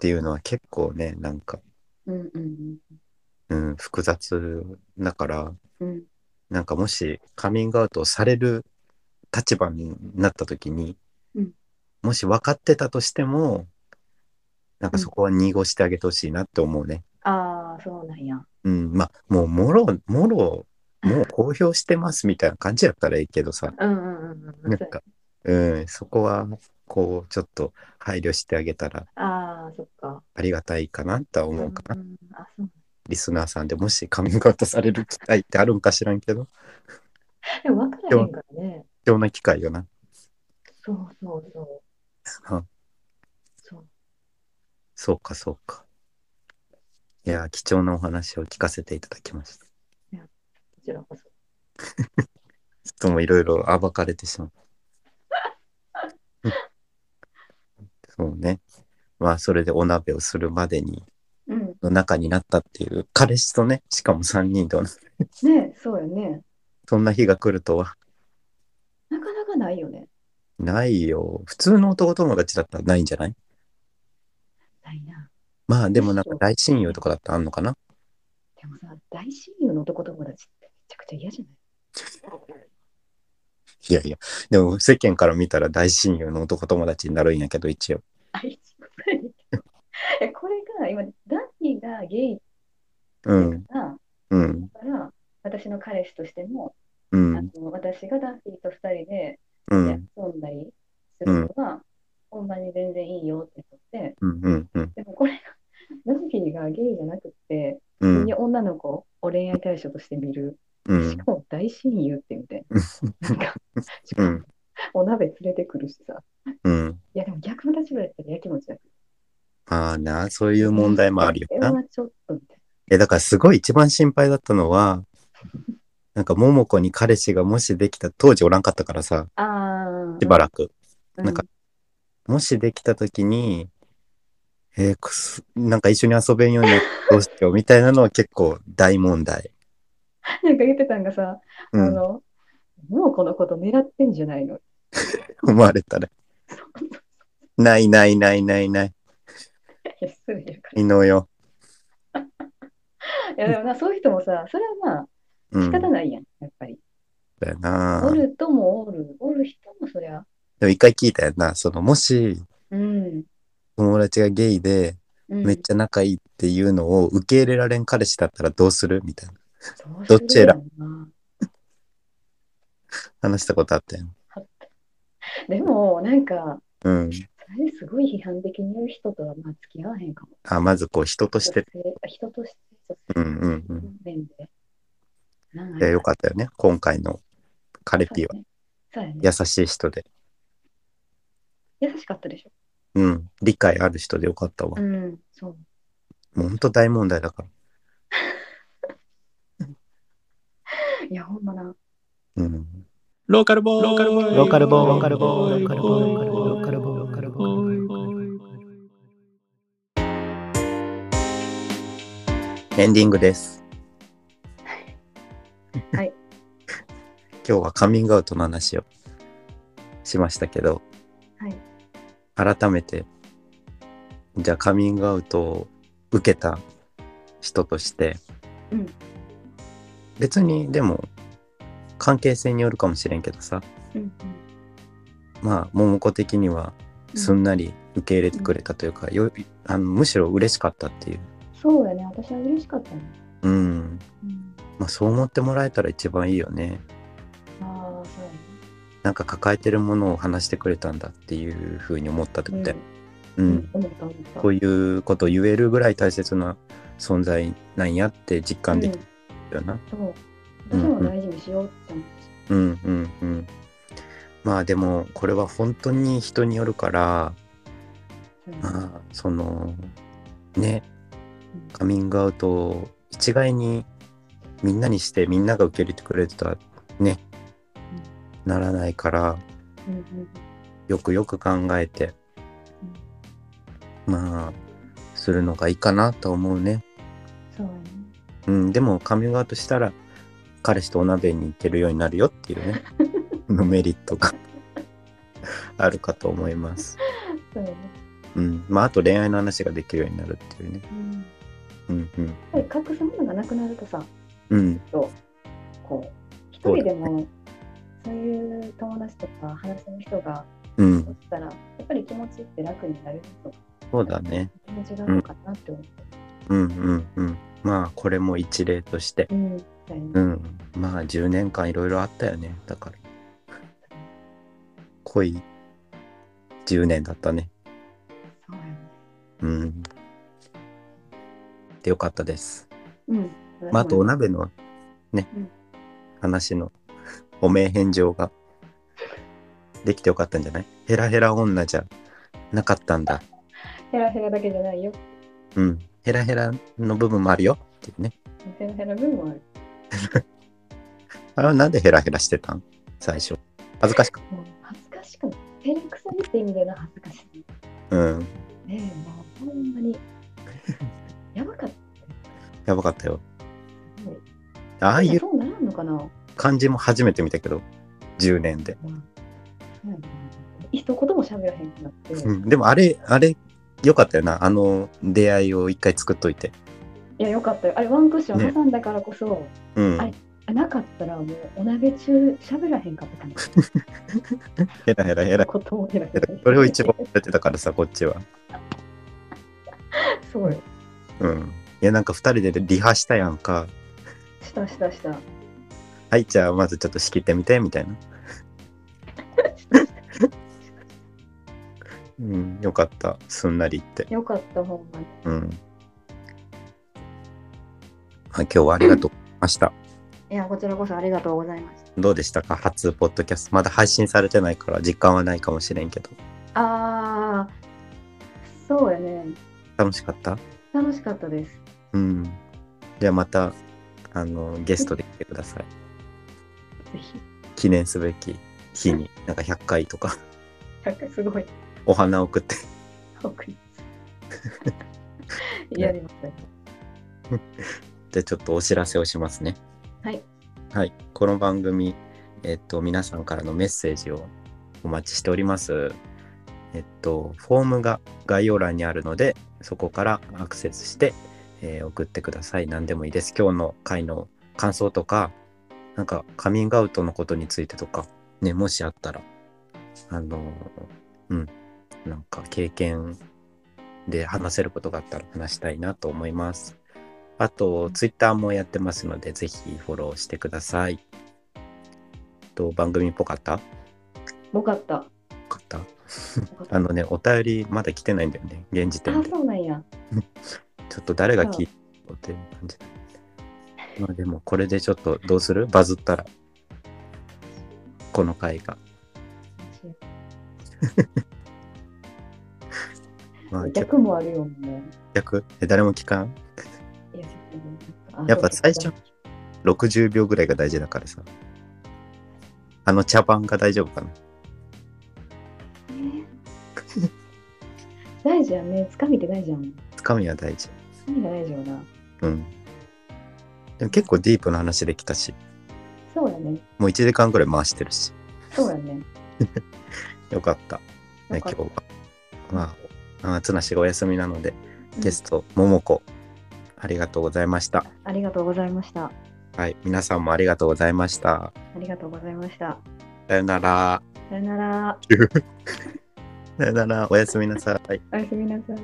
S1: ていうのは結構ね、なんか、
S2: うんうんうん。
S1: うん、複雑だから、
S2: うん。
S1: なんかもしカミングアウトをされる立場になった時に、
S2: うん
S1: もし分かってたとしても、なんかそこは濁してあげてほしいなって思うね。
S2: ああ、そうなんや。
S1: うん、まあ、もう、もろ、もろ、もう公表してますみたいな感じやったらいいけどさ、
S2: うんうんうんうん。
S1: なんか、うん、そこは、こう、ちょっと配慮してあげたら
S2: ああ、そっか。
S1: ありがたいかなとは思うかな。
S2: んあ、そう。
S1: リスナーさんでもしカミングアウトされる機会ってあるんか知らんけど、
S2: でも分からへんからね。
S1: 貴重な機会よな。
S2: そうそうそう。
S1: うん
S2: そう。
S1: そうか、そうか。いやー、貴重なお話を聞かせていただきました。
S2: こちらこそ。
S1: ちょっともういろいろ暴かれてしまう。そうね。まあ、それでお鍋をするまでに、
S2: うん。
S1: の中になったっていう、彼氏とね、しかも3人と、
S2: ねそうよね。
S1: そんな日が来るとは、
S2: なかなかないよね。
S1: ないよ。普通の男友達だったらないんじゃない
S2: ないな。
S1: まあ、でもなんか大親友とかだったらあんのかな
S2: でもさ、大親友の男友達ってめちゃくちゃ嫌じゃない
S1: いやいや、でも世間から見たら大親友の男友達になるんやけど、一応。
S2: あれ、一番 ないえこれが今、ダッキーがゲイだ
S1: うん、
S2: から、
S1: うん、
S2: だから私の彼氏としても、
S1: う
S2: あ
S1: ん、
S2: の私がダッキーと二人で
S1: うん、うん、うん
S2: 遊んだりするのが、ほんまに全然いいよって言って、、
S1: うん、うん
S2: でもこれが、ダッキーがゲイじゃなくて、
S1: う
S2: 普通
S1: ん
S2: に、女の子を恋愛対象として見る、
S1: うん
S2: し、かも大親友ってみたいな。なんか、し
S1: う
S2: かも
S1: ん、
S2: お鍋連れてくるしさ。
S1: うん。
S2: いや、でも逆の立場やったらやきもちだけ
S1: まあな、そういう問題もあるよ
S2: それ
S1: な。
S2: はちょっとみたい
S1: え、だからすごい一番心配だったのは、なんか桃子に彼氏がもしできた、当時おらんかったからさ、
S2: な。ああ。
S1: しばらく。
S2: う
S1: なんか、もしできた時に、えーくすなんか一緒に遊べんよう になってどうしようみたいなのは結構大問題。
S2: なんか言ってたんがさ、
S1: う
S2: あ
S1: ん、
S2: の、もうこのこと狙ってんじゃないの。
S1: 思われた ら。ないないないないない。
S2: いや、失礼やか
S1: いのよ。
S2: ら。いや、でもな、そういう人もさ、それはまあ、
S1: う
S2: 仕
S1: ん。
S2: 方ないやん、やっぱり。
S1: だよな
S2: お。るともおる、おる人もそりゃ。
S1: でも一回聞いたよな。その、もし
S2: うん。
S1: 友達がゲイで、
S2: うん、
S1: めっちゃ仲いいっていうのを受け入れられん彼氏だったらどうするみたいな
S2: そう
S1: どっち選ぶ
S2: するやんな
S1: 話したことあったよ。
S2: でも、なんか、
S1: うん。
S2: それすごい批判的に言う人とはまあ付き合わへんかも。
S1: あ、まずこう人として。
S2: 女性人として、
S1: うんうんうん。
S2: 面で。なん
S1: いや、よかったよね。今回のカレピは
S2: そうやね。
S1: 優しい人で。
S2: 優しかったでしょ。
S1: うん。理解ある人でよかったわ。
S2: うん、そう。
S1: もう本当大問題だから。
S2: いや、ほんまな。
S1: うん。
S3: ローカルボーイローカルボーイ
S4: ローカルボーイ
S3: ローカルボーイ
S4: ローカルボーイローカルボーイローカルボーイローカルボーイ
S1: エンディングです。
S2: はい。
S1: 今日はカミングアウトの話をしましたけど、
S2: はい。
S1: 改めて、じゃあカミングアウトを受けた人として、
S2: うん
S1: 別にでも関係性によるかもしれんけどさ、
S2: うんうん
S1: まあ、桃子的には
S2: うん
S1: すんなり受け入れてくれたというか、よあのむしろ嬉しかったっていう、
S2: そうやね。私は嬉しかったね。
S1: うん
S2: うん、
S1: まあ、そう思ってもらえたら一番いいよね。
S2: ああ、そうやね。
S1: なんか抱えてるものを話してくれたんだっていうふうに思ったってことだよう
S2: うんん、思った思った。
S1: こういうことを言えるぐらい大切な存在なんやって実感できたよな。
S2: うんそう。私も大事にしようって思っ
S1: うんうんうん。まあでもこれは本当に人によるから、
S2: てた。
S1: まあそのね、カミングアウトを一概にみんなにしてみんなが受け入れてくれてたらね、ならないから、
S2: うんうんうん
S1: よくよく考えて、まあ、するのがいいかなと思うね。
S2: そうやね。
S1: うん、でも、カミングアウトしたら、彼氏とお鍋に行けるようになるよっていうね、のメリットが あるかと思います。
S2: そうやね。
S1: うん、まあ、あと恋愛の話ができるようになるっていうね。
S2: うん。
S1: うんうん
S2: やっぱり隠すものがなくなるとさ、
S1: うん
S2: こう、一人でも、そういう友達とか話せる人が
S1: うん
S2: おったら、やっぱり気持ちって楽になると
S1: そうだね
S2: 気持ちがあるかなって思って。
S1: うんうんうんまあこれも一例として
S2: うん、みたいな。
S1: うんまあ10年間いろいろあったよねだから濃い10年だったね
S2: そうやね。
S1: うんでよかったです、
S2: うん。
S1: まあ、あとお鍋のね、
S2: うん
S1: 話のお名返上ができてよかったんじゃないヘラヘラ女じゃなかったんだ
S2: ヘラヘラだけじゃないよ。
S1: うんヘラヘラの部分もあるよっていうね
S2: ヘラヘラ分もある。
S1: あれはなんでヘラヘラしてたん最初恥ずかしく
S2: もう恥ずかしくない。照れくさいって意味での恥ずかしさ。ね
S1: うん
S2: え、もうほん まに。やばかった。
S1: やばかったよ
S2: すごい
S1: ああい
S2: や
S1: う
S2: そうならんのかな、うん
S1: 感じも初めて見たけど10年で、
S2: 一言も喋らへんくなって、
S1: う
S2: い
S1: ん、でもあれあれよかったよなあの出会いを一回作っといて
S2: やよかったよあれワンクッション挟んだからこそ、
S1: うん
S2: はいあなかったらもうお鍋中喋らへんかったかも
S1: ヘラヘラヘラ
S2: ことも減ら
S1: ヘラそれを一番やってたからさこっちは
S2: そうよ
S1: うん。いや、なんか二人でリハしたやんか。
S2: したしたした
S1: はい、じゃあまずちょっと仕切ってみて、みたいな。 うん、よかった。すんなりいって。
S2: よかったほんまに
S1: うん。はい、今日はありがとうございました。
S2: いやこちらこそありがとうございまし
S1: どうでしたか初ポッドキャスト。まだ配信されてないから実感はないかもしれんけど。
S2: たあーそうやね
S1: 楽しかった
S2: 楽しかったです
S1: うん。じゃあまた、あの、ゲストで来てください。
S2: ぜひ
S1: 記念すべき日に、なんか100回とか、
S2: なんかすごい
S1: お花送って。
S2: 奥 にやりましたね
S1: じゃあちょっとお知らせをしますね。
S2: はい。
S1: はい。この番組、えっと、皆さんからのメッセージをお待ちしております。えっと、フォームが概要欄にあるので、そこからアクセスして、えー送ってください。何でもいいです。今日の回の感想とか、なんかカミングアウトのことについてとか、ね、もしあったら、あの、うん、なんか経験で話せることがあったら話したいなと思います。あと、ツイッターもやってますので、ぜひフォローしてください。と番組っぽかったよ
S2: よかった
S1: かった
S2: よかった
S1: あのね、お便りまだ来てないんだよね、現時点
S2: あ
S1: で。
S2: そうなんや
S1: ちょっと誰が聞いてるっていう感じ。まあでも、これでちょっとどうするバズったら。この回が。まあ、逆
S2: 逆もあるよね。
S1: 逆え誰も聞かん
S2: いや
S1: やっぱ最初
S2: そう
S1: ?60 秒ぐらいが大事だからさ。あの茶番が大丈夫かな
S2: ね 大事やね。つかみって大事やもん。つ
S1: つかみは大事。
S2: かみが大事よな。
S1: うん。でも結構ディープな話できたし、
S2: そうやね。
S1: もう1時間ぐらい回してるし。
S2: そうやね。
S1: よかった。ね、今
S2: よか
S1: 日
S2: った
S1: は。まあ、あー綱氏がお休みなので、
S2: うん
S1: ゲスト、ももこ、ありがとうございました。
S2: ありがとうございました。あ
S1: はい、皆さんもありがとうございました。
S2: りがとうございました。
S1: さよなら。
S2: さよなら。
S1: さよなら、おやすみなさい。
S2: おやすみなさい。